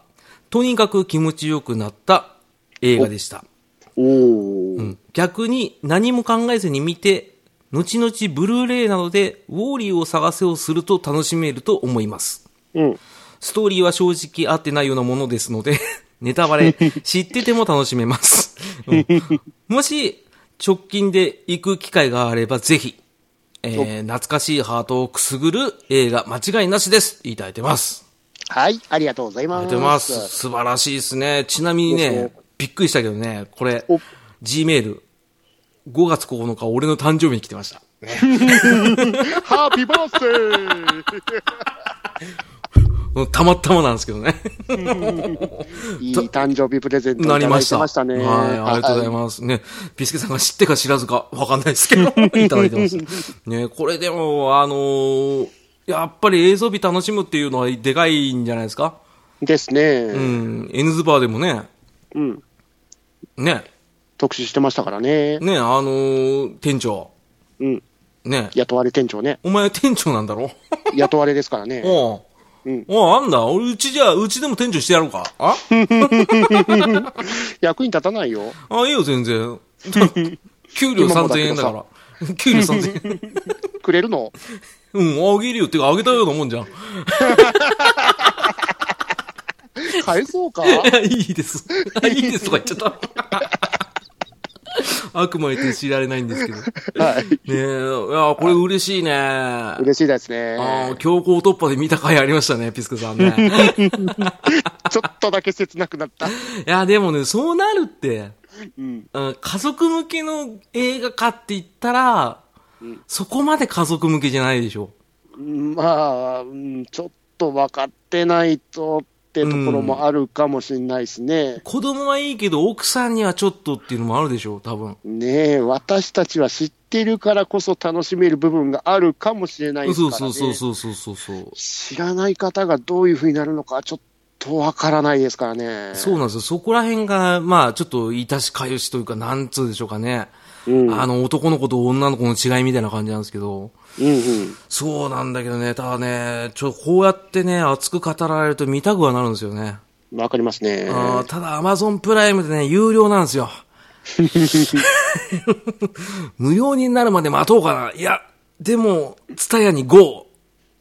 とにかく気持ちよくなった映画でした。おー、逆に何も考えずに見て、後々ブルーレイなどでウォーリーを探せをすると楽しめると思います。うん。ストーリーは正直合ってないようなものですので、 ネタバレ、知ってても楽しめます。うんもし、直近で行く機会があれば、ぜひ、えー懐かしいハートをくすぐる映画、間違いなしです。いただいてます。はい、ありがとうございあります。がとうございます。素晴らしいですね。ちなみにそうそねう、びっくりしたけどね、これお、 G メール、5月9日、俺の誕生日に来てました。ハッピーバースデうんたまたまなんですけどね。ーいい誕生日プレゼントいたなだいりてました。ましたね。はい、ありがとうございます。ね、ビスケさんが知ってか知らずかわかんないです けど、いただいてます。ね、これでも、あのーやっぱり映像美楽しむっていうのはでかいんじゃないですかですね、うん、N ズバーでもね、うん。ね、特集してましたからね。ね、あのー店長、うん。ね、雇われ店長ね。お前店長なんだろ 雇われですからね。おううんおうあんだ、俺、うちじゃあ、うちでも店長してやろうか。あ役に立たないよ。あ、いいよ、全然。 給料今もだ3000け円だどさから。 給料3000円。くれるのうん、あげるよ。てか、あげたようなもんじゃん。い返そ うかや、いい です。あいいですとか言っちゃった。悪魔言って知られないんですけど。ねはい。え、いや、これ嬉しいね。あ嬉しいですね。あ、強行突破で見た回ありましたね、ピスクさんね。 ちょっとだけ切なくなった。いや、でもね、そうなるって、うん。うん家族向けの映画かって言ったら、そこまで家族向けじゃないでしょ。まあ、うんちょっと分かってないとってところもあるかもしれないしね。子供はいいけど、奥さんにはちょっとっていうのもあるでしょ、多分。ねえ、私たちは知ってるからこそ楽しめる部分があるかもしれないですそから、うね。そうそうそうそうそうそう。知らない方がどういうふうになるのか、ちょっとわからないですからね。そうなんですよ。そこら辺が、まあ、ちょっと、いたしかゆしというか、なんつうでしょうかね。うん。あの、男の子と女の子の違いみたいな感じなんですけど。うんうん。そうなんだけどね、ただね、ちょ、こうやってね、熱く語られると見たくはなるんですよね。わかりますね。あーただ、アマゾンプライムでね、有料なんですよ。 無料になるまで待とうかな。いや、でも、ツタヤに GO!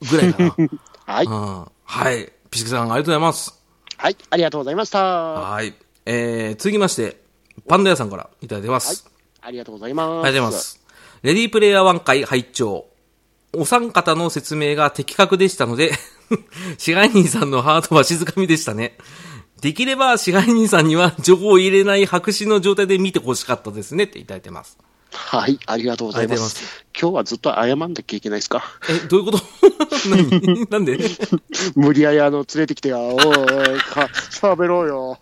ぐらいかな。はい。うん。はい。ピシクさん、ありがとうございます。はい。ありがとうございました。あはい。えー、続きまして、パンダ屋さんからいただいてます。りがとうございます。ありがとうございま。す。レディープレイヤー1回拝聴。お三方の説明が的確でしたので、 支配人さんのハートは静かみでしたね。できれ ば支配人さんには情報を入れない白紙の状態で見てほしかったですねっていただいてます。はい、ありがとうございまありがす。とうございま今日はずっと謝んなきゃいけないですかえ、どういうこと 何なんで無理やりあの、連れてきてよ、おいおい、か、喋ろうよ。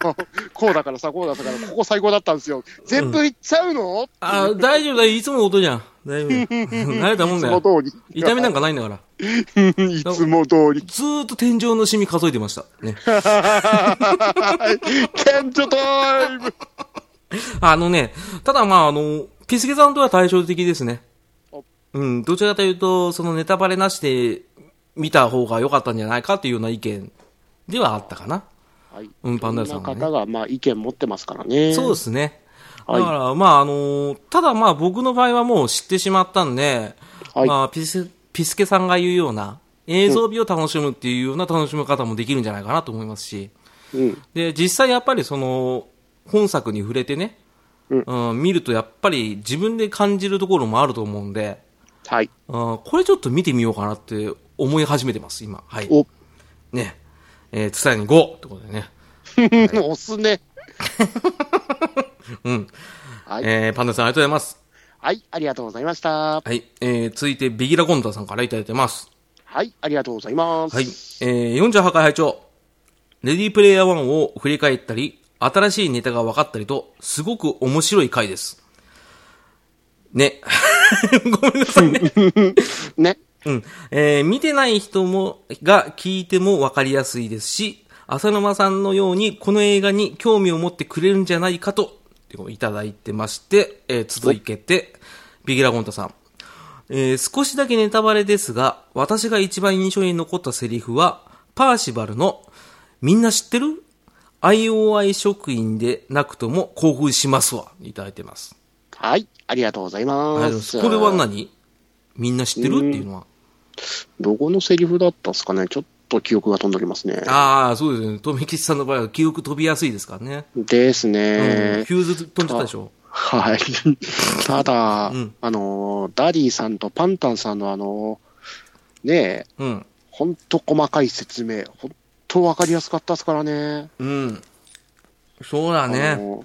こうだからさ、こうだから、ここ最高だったんですよ。全部いっちゃうの、あ、大丈夫だよ。いつものことじゃん。大丈 夫だよ。慣れたもんいつだもよ。通り。痛みなんか。かないんだから。いつも通り。ずーっと天井のシミ数えてました。ね。顕著タイムあのね、ただまあ、あの、ピスケさんとは対照的ですねお。うん、どちらかというと、そのネタバレなしで見た方が良かったんじゃないかっていうような意見ではあったかな。はい。うんパンダさんこがねな方が、まあ、意見持ってますからね。。そうですすね。はいだから、まあ、あのただまあ僕の場合はもう知ってしまったんで、はいまあ、ピス、ピスケさんが言うような映像美を楽しむっていうような楽しみ方もできるんじゃないかなと思いますし、うん。で、実際やっぱりその、本作に触れてね、うん見るとやっぱり自分で感じるところもあると思うんで、はい。うんこれちょっと見てみようかなって思い始めてます、今。はい。お、ね。えー、つたに5ってことでね。 押すね。うん。はいえーパンダさんありがとうございます。はい、ありがとうございましはた。い。えー、続いて、ビギラコンタさんからいただいてます。はい、ありがとうございます。はい。えー、48回拝聴レディープレイヤー1を振り返ったり、新しいネタが分かったりと、すごく面白い回です。ね。 ごめんなさいね。ね。うん。えー見てない人も、が聞いても分かりやすいですし、浅沼さんのように、この映画に興味を持ってくれるんじゃないかと、いただいてまして、えー続けて、ビギラゴンタさん。えー少しだけネタバレですが、私が一番印象に残ったセリフは、パーシバルの、みんな知ってる ?IOI 職員でなくとも興奮しますわ。いただいてます。はい、ありがとうございありがまとうござす。いますこれは何みんな知ってるっていうのは。どこのセリフだったんですかねちょっと記憶が飛んでおりますね。ああ、そうですよね。富吉さんの場合は記憶飛びやすいですからね。ですうんね。ヒューズ飛んじゃったでしょ。 はい。ただ、んあの、ダディさんとパンタンさんのあの、ねえ、うん。ほんと細かい説明、ほんとわかりやすかったですからね。うん。そうだあね。の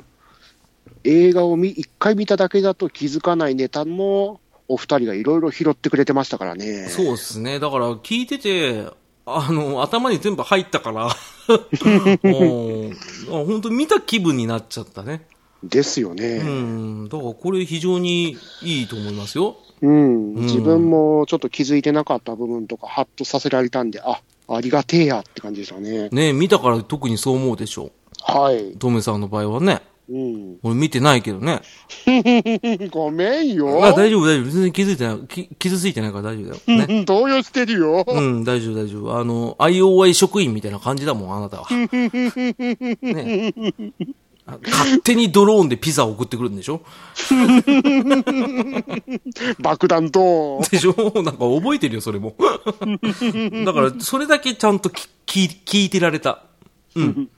映画を見一回見ただけだと気づかないネタも、お二人がいろいろ拾ってくれてましたからね。そうですね。だから聞いてて、あの、頭に全部入ったから、 本当見た気分になっちゃったね。ですよね。うん。だからこれ非常にいいと思いますよ。うん、自分もちょっと気づいてなかった部分とか、ハッとさせられたんで、あありがてえやって感じでしたね。ね見たから特にそう思うでしょはい。トメさんの場合はね。うん、俺見てないけどね。ごめんよ。あ、大丈夫大丈夫。全然気づいてない。き傷ついてないから大丈夫だよ。ね。うん動揺してるよ。うん、大丈夫、大丈夫。あの、IOI 職員みたいな感じだもん、あなた は。ねあ勝手にドローンでピザを送ってくるんでしょ爆 弾と。でしょなんか覚えてるよ、それも。 だから、それだけちゃんときき聞いてられた。うん。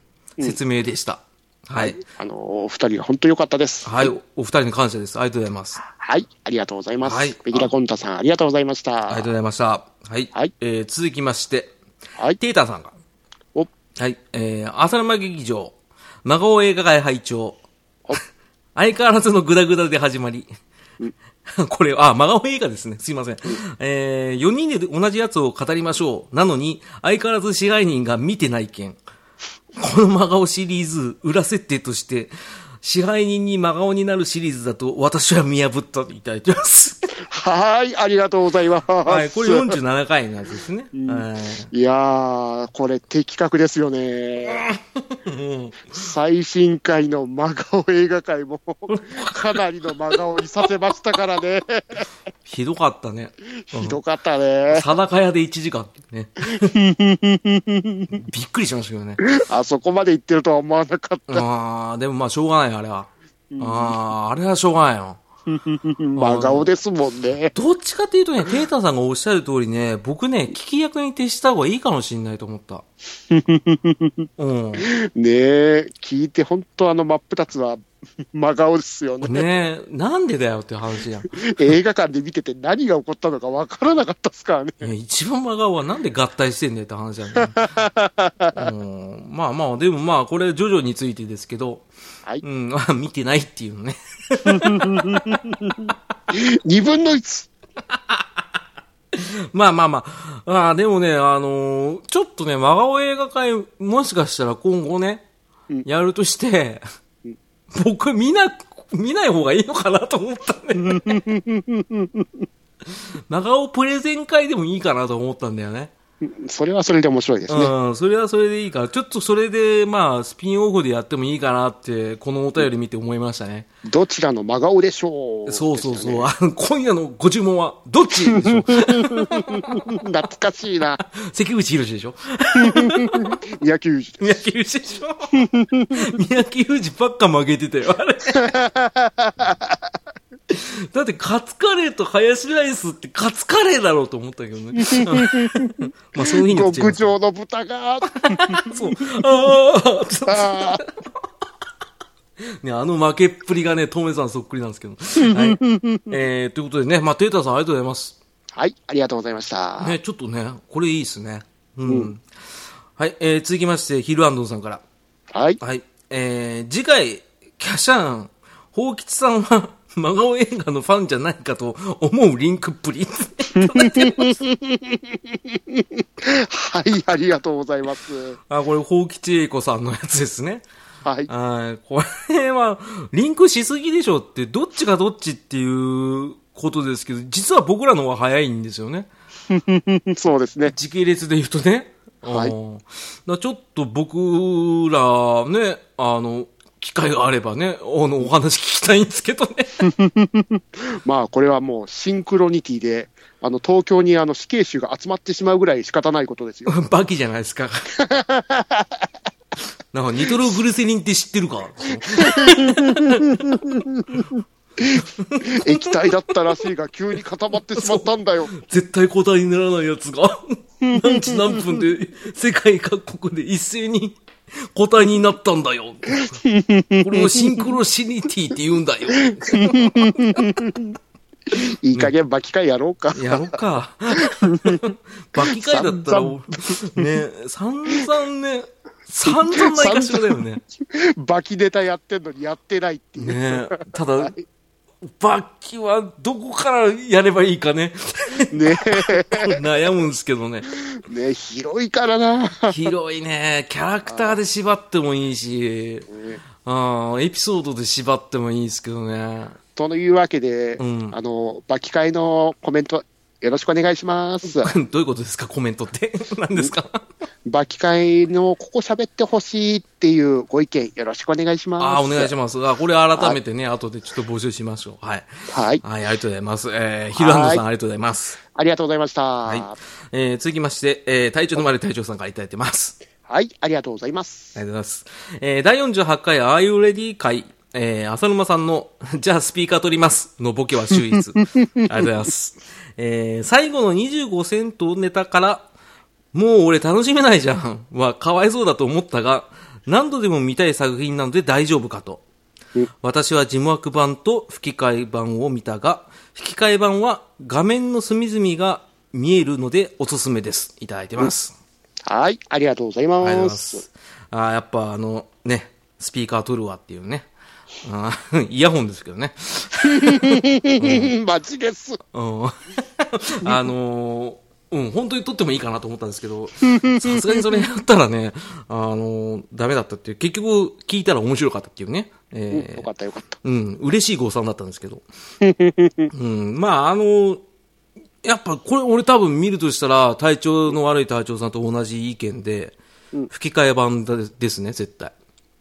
説明でした。はい。あの、お二人が本当良かったです。はい、おお二人に感謝です。ありがとうございます。はい、ありがとうございます。はいベギラコンタさん、ありがとうございましありがたと。うございました。はい。はいえー続きまして、はい、テーターさんが。お、はい。えー、浅沼劇場、真顔映画会拝聴 お。相変わらずのグダグダで始まり。 これ、あ、真顔映画ですね。すいません。えー、4人で同じやつを語りましょう。なのに、相変わらず支配人が見てない件。この真顔シリーズ、裏設定として、支配人に真顔になるシリーズだと、私は見破ったといただいてます。はい、ありがとうございます。はい、これ47回のやつですね。はいいやー、これ的確ですよね。最新回の真顔映画界も、かなりの真顔にさせましたからね。ひどかったね。ひどかったね。定か屋で1時間ってね。びっくりしましたけどね。あそこまで行ってるとは思わなかった。ああ、でもまあしょうがないよ、あれは。ああ、あれはしょうがないよ。真顔ですもんね。どっちかっていうとね、テータさんがおっしゃる通りね、僕ね、聞き役に徹した方がいいかもしんないと思った。うん。ねえ、聞いて本当あの真っ二つは 真顔ですよね。ねえ、なんでだよっていう話じゃん。い映画館で見てて何が起こったのかわからなかったですからね。や一番真顔はなんで合体してんだよって話じゃん。うん。まあまあ、でもまあ、これ、ジョジョについてですけど、はい。うん、まあ見てないっていうのね。二分の一。まあまあまあ。ああ、でもね、あのーちょっとね、真顔映画会、もしかしたら今後ね、やるとして、僕見な、見ない方がいいのかなと思ったんだよね。 真顔プレゼン会でもいいかなと思ったんだよね。それはそれで面白いですね。うん、それはそれでいいから、ちょっとそれで、まあ、スピンオフでやってもいいかなって、このお便り見て思いましたね。どちらの真顔でしょう。そうそうでそう。あの今夜のご注文は、どっちでしょしたね。懐かし いな。関口博士でしょ宮城裕三宅裕二でしょ 三宅裕二ばっか負けてたよ、あ れ。だって、カツカレーとハヤシライスってカツカレーだろうと思ったけどね。 うんまあ、その日二によって違い極ます上の豚が、そう。あーあね、あの負けっぷりがね、トメさんそっくりなんですけど。はい。えー、ということでね、まあ、テータさんありがとうございます。はい、ありがとうございました。ね、ちょっとね、これいいですね。うん。はい、えー、続きまして、ヒルアンドンさんから。はい、はい。えー、次回、キャシャーン、ほうきちさんは、真顔映画のファンじゃないかと思うリンクっぷり。 はい、ありがとうございます。あ、これ、ほうきちえいこさんのやつですね。はい、はい。これは、リンクしすぎでしょって、どっちがどっちっていうことですけど、実は僕らの方が早いんですよね。そうですね。時系列で言うとね。はいうんだからちょっと僕らね、あの、機会があればね、あの、お話聞きたいんですけどね。まあ、これはもうシンクロニティで、あの東京にあの死刑囚が集まってしまうぐらい仕方ないことですよ。 バキじゃないですか。なんか、ニトログルセリンって知ってるか液体だったらしいが、急に固まってしまったんだよ。絶対答えにならないやつが、何時何分で世界各国で一斉に答えになったんだよ。これをシンクロシニティって言うんだよ。いい加減巻き替えやろうか。やろうか。バキ会だったら、ね、散々ね、散々ないかしらだよね。バキネタやってんのにやってないっていう。ねただ、バキはどこからやればいいかね、ね 悩むんですけどね。え、ねえ広いからな。広いね。キャラクターで縛ってもいいし、うん、エピソードで縛ってもいいですけどね。 というわけで、んあの、バキ会のコメント、よろしくお願いします。どういうことですかコメントって。 何ですかバキ会のここ喋ってほしいっていうご意見、よろしくお願いします。ああ、お願いしまます。あこれ改めてね、後でちょっと募集しましょう。はい。す。はい、はい、ありがとうございます。えー、ヒルハンドさんありがとうございます。ありがとうございました。はいは。えー、続きまして、えー、隊長の丸隊長さんからいただいてます。い、ありがとうございます。ありがとうございます。えー、第48回 Are You Ready 会、えー、浅沼さんの、 じゃあスピーカー取りますのボケは秀逸。ありがとうございます。えー、最後の25セントネタから、もう俺楽しめないじゃんはかわいそうだと思ったが、何度でも見たい作品なので大丈夫かと。私は字幕版と吹き替え版を見たが、吹き替え版は画面の隅々が見えるのでおすすめです。いただいてます。はい、ありがとうございありがとうま。ございますす。あーやっぱあの、ね、スピーカー取るわっていうね。あー イヤホンですけどね。 うんマジです。うん。あ のーうん、本当に取ってもいいかなと思ったんですけど、さすがにそれやったらね、あのーダメだったっていう、結局聞いたら面白かったっていうね。えよーかったよかった。うん、嬉しい誤算だったんですけど。うん、まああのーやっぱこれ俺多分見るとしたら、体調の悪い隊長さんと同じ意見で、吹き替え版だですね、絶対。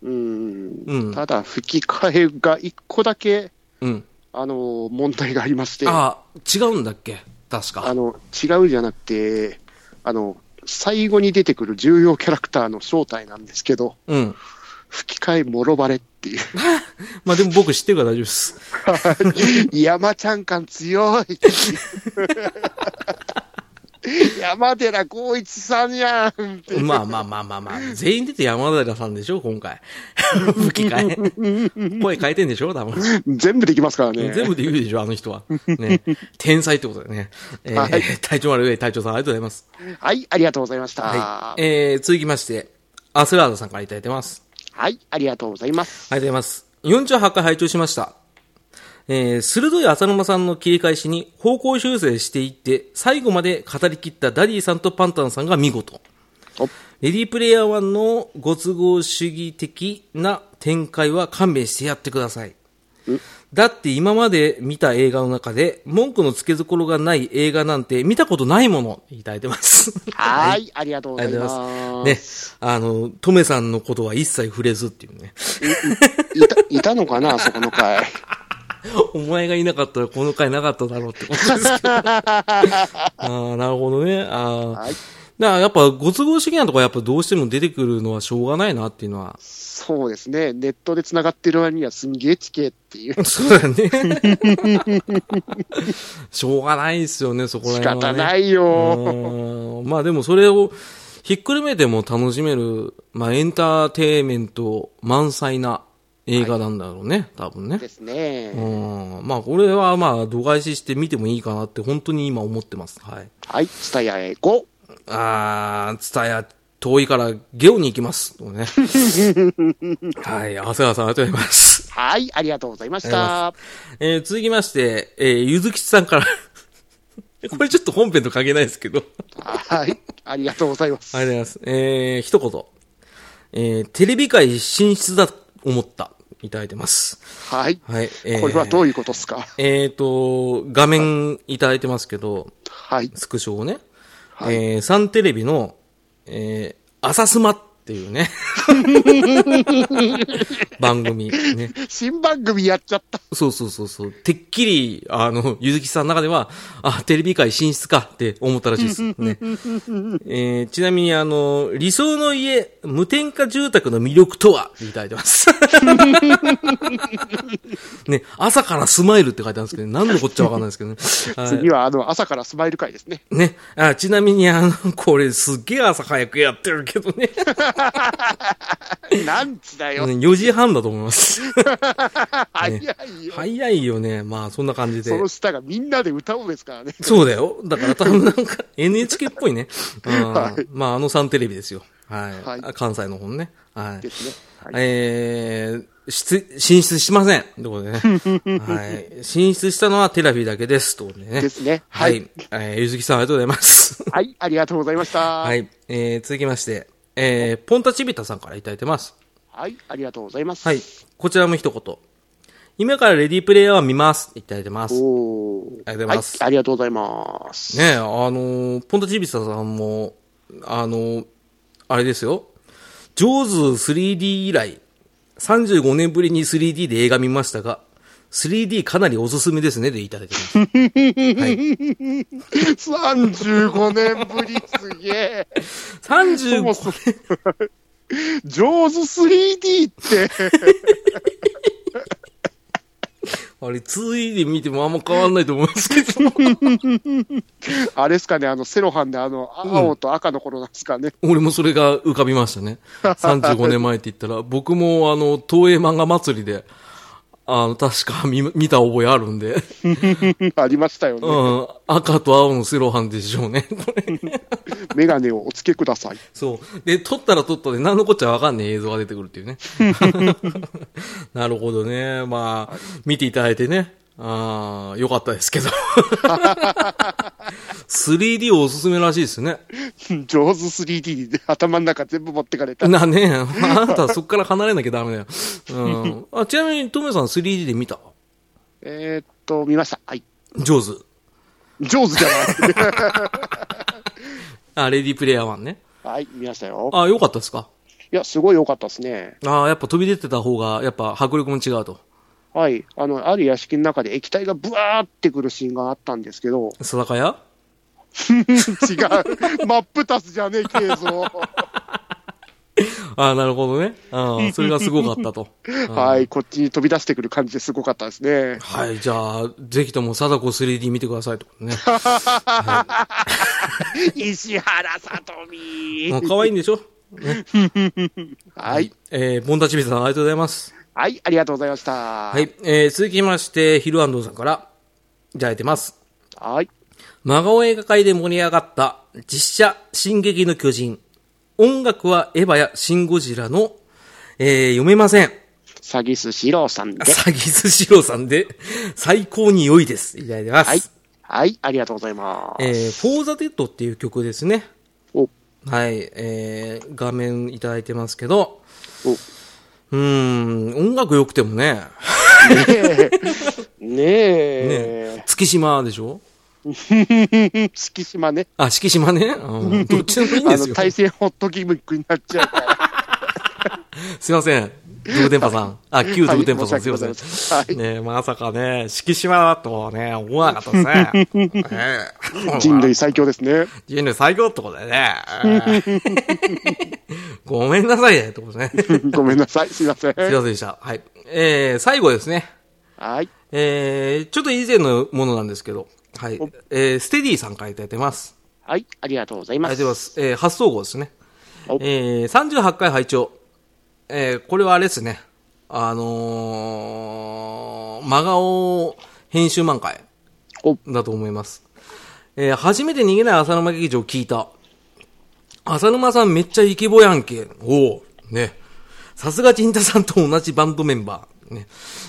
うんうんただ、吹き替えが一個だけ、うん。あの、問題がありまして、ああ違うんだっけ確か。の、違うじゃなくて、あの、最後に出てくる重要キャラクターの正体なんですけど、うん。吹き替えもろバレっ ていう。まあ、でも僕知ってるから大丈夫です。 山ちゃん感強い。山寺宏一さんやんって。まあまあまあまあまあ。全員出て山寺さんでしょ今回。 吹き 替え。声変えてんでしょ多分。全部できますからね。全部で言うでしょあの人は。ね。天才ってことだよね。えーはい体調悪い隊長さんありがとうございます。はい、ありがとうございました。は。はいえー、続きまして、アスラーダさんからいただいてます。はい、ありがとうございます。ありがとうございます。48回拝聴しました。えー、鋭い浅沼さんの切り返しに方向修正していって、最後まで語り切ったダディさんとパンタンさんが見事。おレディープレイヤー1のご都合主義的な展開は勘弁してやってください。だって今まで見た映画の中で文句のつけどころがない映画なんて見たことないものいただいてます。はい、ありがとう ごあざいりがとうございま。ますす。ね。あの、トメさんのことは一切触れずっていうね。いた、いたのかな、そこの回。 お前がいなかったらこの回なかっただろうって思うんですけ ど。ああ、なるほどね。ああ。はいだからやっぱご都合主義なとこはやっぱどうしても出てくるのはしょうがないなっていうのは。そうですね、ネットで繋がってる割にはすんげえ地形っていう。そうだね。 しょうがないですよね、そこら仕辺は、ね。方ないあよ。ーまあでもそれをひっくるめても楽しめる、まあエンターテインメント満載な映画なんだろうね、多分ねで。すね。うん。まあこれはまあ度外視して見てもいいかなって本当に今思ってます。はい。はい、ツタヤへ GO! あー、ツタヤ遠いからゲオに行きます。と ね、はい。長谷川さんありがとうございます。はい、ありがとうございました。えー続きまして、えー、ゆずきちさんから。 これちょっと本編と関係ないですけど。はい、ありがとうございます。ありがとうございます。えー、一言。えー、テレビ界進出だと思った。いただいてます。はい。はい。えー、これはどういうことですかえーと、画面いただいてますけど、はい。スクショをね。はいえー、サンテレビの、えー、朝スマっていう ね。番組。ね。新番組やっちゃった。そうそうそうそう。てっきり、あの、ゆずきさんの中では、あ、テレビ界進出かって思ったらしいです。 ね。えーちなみに、あの、理想の家、無添加住宅の魅力とは、いただいて ます。ね、朝からスマイルって書いてあるんですけど、何のこっちゃわかんないですけど ね。はい次は、あの、朝からスマイル会ですね。ね。あ、ちなみに、あの、 これすっげえ朝早くやってるけどね。なんち だよ。 4時半だと思います。 早いよ。早いよね。まあ、そんな感じで。その下がみんなで歌おうですからね。そうだよ。だから多分なんか NHK っぽいね。うんはいまああの3テレビですよ。はい。はいあ関西の本ね。はい。ですね。はい。えー、出、進出しませんってこと でね。はい。進出したのはテラフィーだけです。ってことでね。ですねははいい。えーゆずきさんありがとうございます。はい、ありがとうございました。ははい。い。えー、続きまして、えー、ポンタチビタさんからいただいてます。ありがとうございます。はい。こちらも一言。今からレディープレイヤーは見ます。いただいてます。おー。ありがとうございますはありがとうございます。ねえ、あのーポンタチビサさんも、あのーあれですよ。ジョーズ 3D 以来、35年ぶりに 3D で映画見ましたが、3D かなりおすすめですね、でいただいて ます。 35年ぶりすげえ。 35もうそ 上手 3D って、あれ、2D で見てもあんま変わんないと思うんですけど。あれですかね、あの、セロハンであの、青と赤の頃なんですかね。俺もそれが浮かびましたね。35年前って言ったら、 僕もあの、東映漫画祭りで、あの、確か見、見た覚えあるんで、 ありましたようね。ん、赤と青のセロハンでしょうね。メガネをお付けください。 そう。で、撮ったら撮ったで、何のこっちゃわかんねえ映像が出てくるっていうね。 なるほどね。まあ、見ていただいてね。ああ、よかったですけど。3D おすすめらしいですね。上手 3D で頭の中全部持ってかれた。なね、あなたはそっから離れなきゃダメだよ。うん。あ、ちなみに、トメさん 3D で見たえーっと、見ました。はい。上手。上手じゃない。 あ、レディープレイヤー1ね。はい、見ましたよ。あ、よかったですかいや、すごい良かったですね。ああ、やっぱ飛び出てた方が、やっぱ迫力も違うと。はい。あの、ある屋敷の中で液体がブワーってくるシーンがあったんですけど、定かや 違う。マップタスじゃねえ、ケイゾああ、なるほどね。うん。それがすごかった と。ーはい。こっちに飛び出してくる感じですごかったですね。はい、じゃあ、ぜひとも、貞子 3D 見てくださいってことね。石原さとみもう可愛いんでしょはい。えー、ボンタチビさん、ありがとうございます。はい。ありがとうございました。はい、えー、続きまして、ヒルアンドさんから、いただいてます。はい。真顔映画界で盛り上がった、実写、進撃の巨人。音楽はエヴァやシン・ゴジラの、えー、読めません。詐欺師四郎さんで。詐欺寿司郎さんで、最高に良いです。いただいてます。はい。はい、ありがとうございます。えー、For the Dead っていう曲ですね。お、はい、えー、画面いただいてますけど、お、うーん、音楽良くてもね、ねねえ。月島でしょ 敷島ね。あ、四季島ね。 うん、どっちでもいいんあですの、よ。対戦ホットギミックになっちゃうから。すいま せん。ドグテンパさん。あ、旧ドグテンパさん、はいすいませ申し訳ございません。ねえまさかね、四季島だとはね、思わなかったです ね。ねえ人類最強で すね。人類最強ってことだよね。ごめんなさいね、ってことね。 すごめんなさい。すいません。いませんでした。はい。えー、最後ですね。はい。えー、ちょっと以前のものなんですけど、はい。えー、ステディさんからいただいてます。はい。ありがとうございあまりがす。とうございます。えー、発送号ですね。おえー、38回拝聴。えー、これはあれですね。あのー、真顔編集満開おだと思います。えー、初めて逃げない浅沼劇場を聞いた。浅沼さんめっちゃイケボやんけ。おおね。さすが陣太さんと同じバンドメンバー。ね。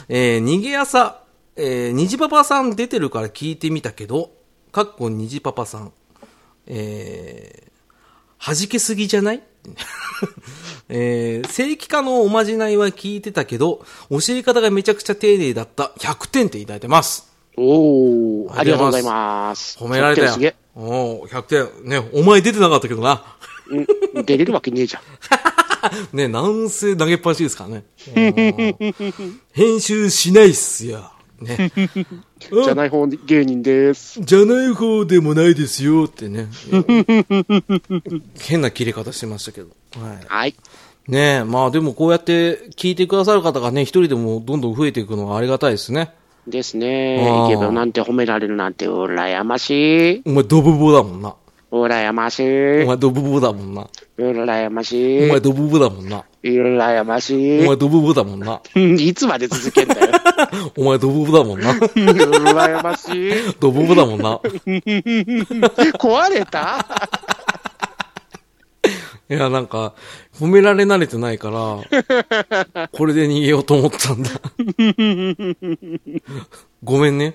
えー、逃げ朝、えー、虹パパさん出てるから聞いてみたけど、かっこ虹パパさん。えー、弾けすぎじゃない えー、正規化のおまじないは聞いてたけど、教え方がめちゃくちゃ丁寧だった100点っていただいてます。おー、あありりががとうござとうございいます。褒められたちょっとすげえよ。おお100点。ね、お前出てなかったけどな。 うん出れるわけねえじゃん。ね、なんせ投げっぱなしですからね。うん編集しないっすよ。ね。じゃない方芸人です。じゃない方でもないですよってね。変な切れ方してましたけど。はい。はい。ねえ、まあでもこうやって聞いてくださる方がね、一人でもどんどん増えていくのはありがたいですね。ですね。あーイケボなんて褒められるなんて、羨ましい。お前ドブボだもんな。羨ましい。お前ドブボだもんな。羨まおしい前。ドブボだもんな。羨まおしい前。ドブボだもんな。うんいつまで続けんだよ。お前ドブボだもんな。羨ましい。ドブボだもんな。壊れたいや、なんか、褒められ慣れてないから、これで逃げようと思ったんだ。ごめんね。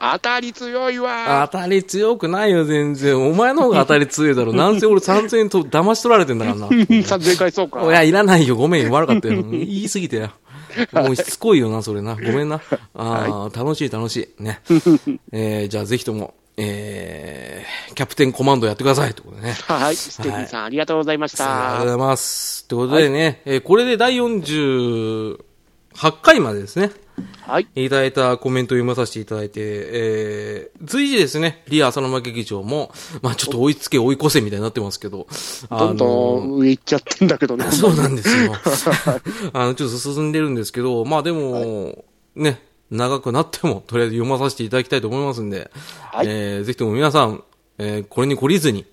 当たり強いわ。当たり強くないよ、全然。お前の方が当たり強いだろ。なんせ俺3000円と騙し取られてんだからな。さ、全 回そうか。いや、いらないよ。ごめんよ。悪かったよ。言い過 ぎてよ。もうしつこいよな、それな。ごめんな。ああ、楽しい、楽しい。ね。 えー、じゃあぜひとも、えー、キャプテンコマンドやってください。ってことでね。はい。ステディさん、ありがとうございましありがとうた。ございます。ってことでね、えーこれで第48回までですね。はい。いただいたコメントを読まさせていただいて、えー、随時ですね、リア浅沼劇場も、まあちょっと追いつけ追い越せみたいになってますけど、あどんどん上行っちゃってんだけどね。そうなんですよ。 あの、ちょっと進んでるんですけど、まあでも、ね、長くなっても、とりあえず読まさせていただきたいと思いますんで、はいえーぜひとも皆さん、えーこれに懲りずに、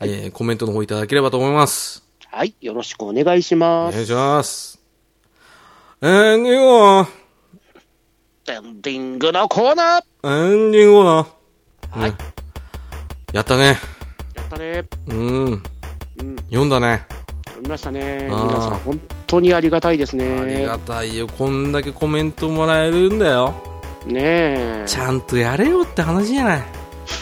えーコメントの方いただければと思います。はい。よろしくお願いしお願まいす。します。エンディングは、エンディングのコーナーエンディングは、はい。やったね。やったね。うん。うん。読んだね。読みましたね。あー皆さん、本当にありがたいであすりねが。たいよ。こんだけコメントもらえるんだよ。ねえ。ちゃんとやれよって話じゃない。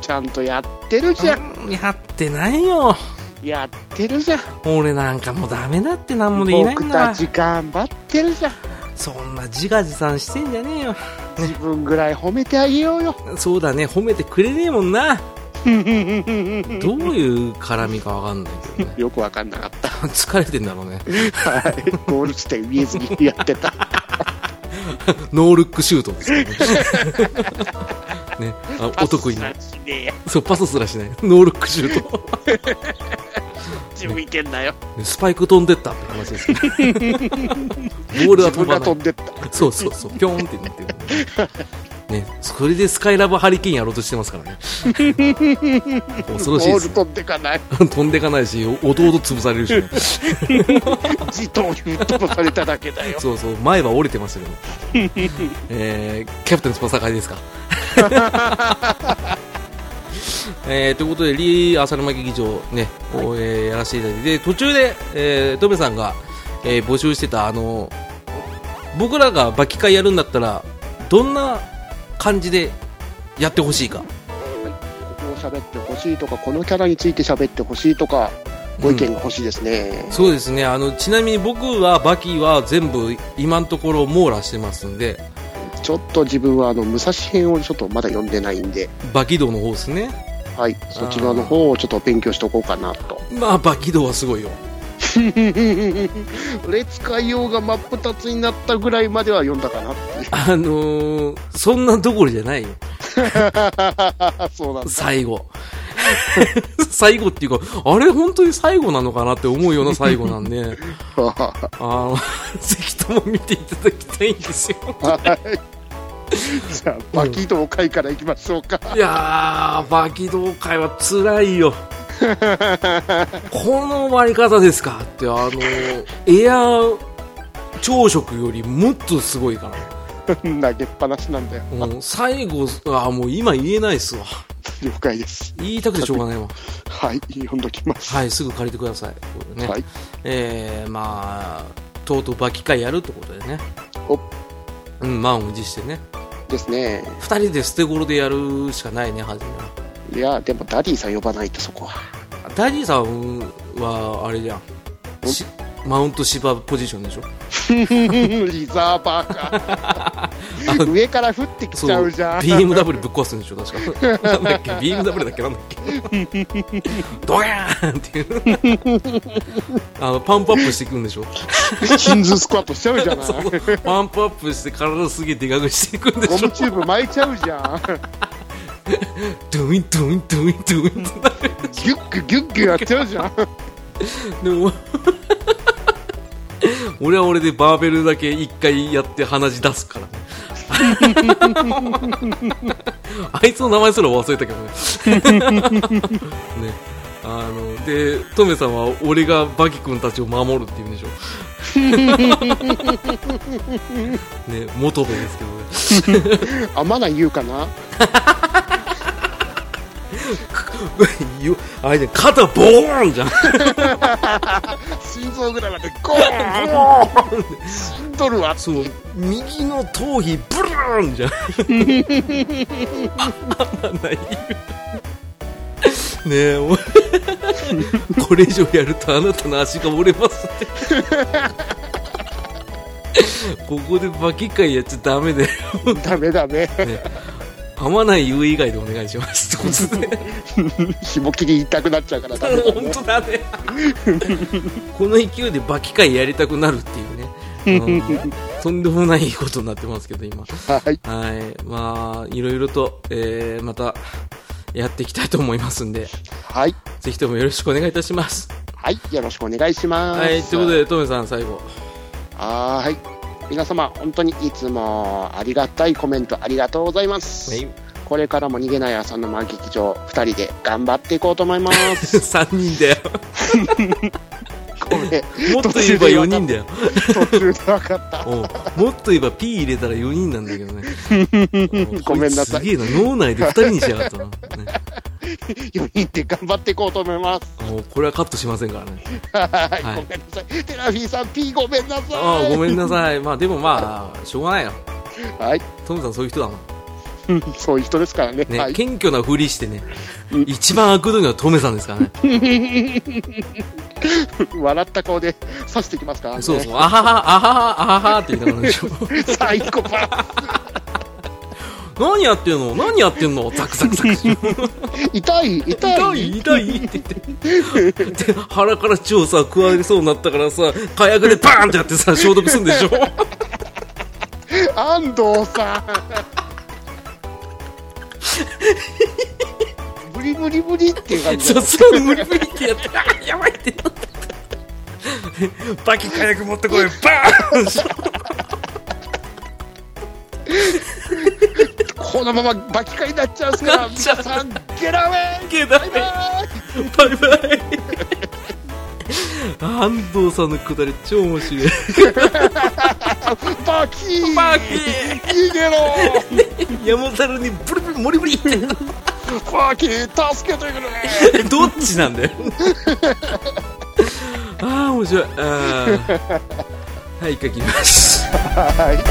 ちゃんとやってるじゃん。やってないよ。やってるじゃん。俺なんかもうダメだって何もできない僕んだたち頑張ってるじゃん。そんな自画自賛してんじゃねえよ自分ぐらい褒めてあげよう よ。そうだね褒めてくれねえもんなどういう絡みかわかんないけどね よくわかんなかった。疲れてんだろうねはい。ゴール地点見えずにやってた。 ノールックシュートですよね ねあお得意なパスしねえやそうパスすらしないノールックシュー ト自分いけんだよ。ねスパイク飛んでったって話 ですねボールは自飛分ばがな飛いんでった。そうそうそうピョンってなって るねねそれでスカイラブハリケーンやろうとしてますから ね恐ろゴしいでーすねル飛んでかない。 飛んでいかないし、お弟潰されるしね、自動に飛ばされただけだ よ。そうそう、前は折れてました けど、えー、キャプテン翼会ですか。 えー、ということで、リー・浅沼劇場ね、をえーやらせていただいて、で途中で、えー、トメさんが、えー募集してた、あの、僕らがバキ会やるんだったら、どんな感じでやってほしいか。ここを喋ってほしいとか、このキャラについて喋ってほしいとか、ご意見が欲しいですね。そうですね。あの、ちなみに僕は、バキは全部今のところ網羅してますんで、ちょっと自分はあの武蔵編をちょっとまだ読んでないんで、バキ道の方ですね。はい、そちらの方をちょっと勉強しておこうかなと。 まあ、バキ道はすごいよ。俺使いようが真っ二つになったぐらいまでは読んだかなってあのーそんなどころじゃないよ。いう。そうなんだ。最後。 最後っていうか、あれ本当に最後なのかなって思うような最後なん で、あの、ぜひとも見ていただきたいんですよ。じゃあ、バキ同会からいきましょうか。いやー、バキ同会は辛い よ。この終わり方ですかって、あの、エア朝食よりもっとすごいか投げっぱなしなんだよ。ら。もう最後、あーもう今言えないっすわ。了解です。言いたくてしょうがないわ。はい、読んどきます。はい、すぐ借りてください。これねはい、えー、まあ、とうとうバキ会やるってことでね。おうん、満を持してね。ですね。二人で捨て頃でやるしかないね、初めは。いや、でもダディさん呼ばないと そこは。ダディさんは、あれじゃん。しマウント芝ポジションでしょ。リザーバーか。上から降ってきちゃうじゃん。 BMW ぶっ壊すんでしょ、確 か。なんだっけ、BMW だっけ、なんだっけ。ドヤーンっていう。 あの、パンプアップしていくんでしょ。ヒンズスクワットしちゃうじゃな い。そうそうパンプアップして体すげえでかくしていくんでしょゴ。ムチューブ巻いちゃうじゃん。ドゥインドゥインドゥインドゥインってなるギュッギュギュッギュやっちゃうじゃん。でも 俺は俺でバーベルだけ一回やって鼻血出すからね あいつの名前すら忘れたけどね ねあのでトメさんは俺がバキ君たちを守るって言うんでしょ ね元部ですけどねあ、まだ言うかな。よあれね 肩ボーンじゃん心臓ぐらいまでゴーンゴーン死んどるわ。そう右の頭皮ブルーンじゃんあまないねえおこれ以上やるとあなたの足が折れますってここでバキ会やっちゃダメだよダメダメ。噛まない言う以外でお願いしますってことで紐切り痛くなっちゃうからダメだ 本ね。当だねこの勢いでバキ会やりたくなるっていうねうんとんでもないことになってますけど今はい。はい。まあ、いろいろと、えー、また、やっていきたいと思いますんで、はい。ぜひともよろしくお願いいたします。はい。よろしくお願いします。はい。ということで、トメさん、最後。 はーい。皆様、本当にいつもありがたいコメントありがとうございます。はい。これからも逃げない朝の満劇場、二人で頑張っていこうと思いま す。 3人だよ。ごめんもっと言えば4人だよ。途中で分かっ た。おうもっと言えば P 入れたら4人なんだけど ね。おうごめんなさいこつすげえな。脳内で2人にしやがったな。ね、 4人で頑張っていこうと思います。おうこれはカットしませんからね。ははいい。ごめんなさい。テラフィーさん、P ごめんなさい。あ あ、ごめんなさい。まあ、でもまあ、しょうがないよ。はい。トムさんそういう人だもん。そういう人ですからね。ね、はい。謙虚なふりしてね、一番悪どいのはトメさんですからね。笑った顔で刺してきますからね。そうそう、あはは、あはは、あははって言いながらでしょ。 サイコパ何やってんの何やってんのザクザクザク。痛ス。痛い、痛い。い痛いって言って。で、腹から血をさ、食われそうになったからさ、火薬でバーンってやってさ、消毒するんでしょ安藤さん。ブリブリブリっていう感じそでうそう、無理無理ってやって、あーやばいって なって。バキ火薬持ってこい、バーンこのままバキカになっちゃうんすからなっちゃう皆さんゲラウェイけどバイバイバイバイ 安藤さんのくだり超面白い。バキーバキ逃げろ山猿にブリブリ、モリブリって。 バキー助けてくれどっちなんだよ。ああ、面白い。あーはい、一回切ります。はい。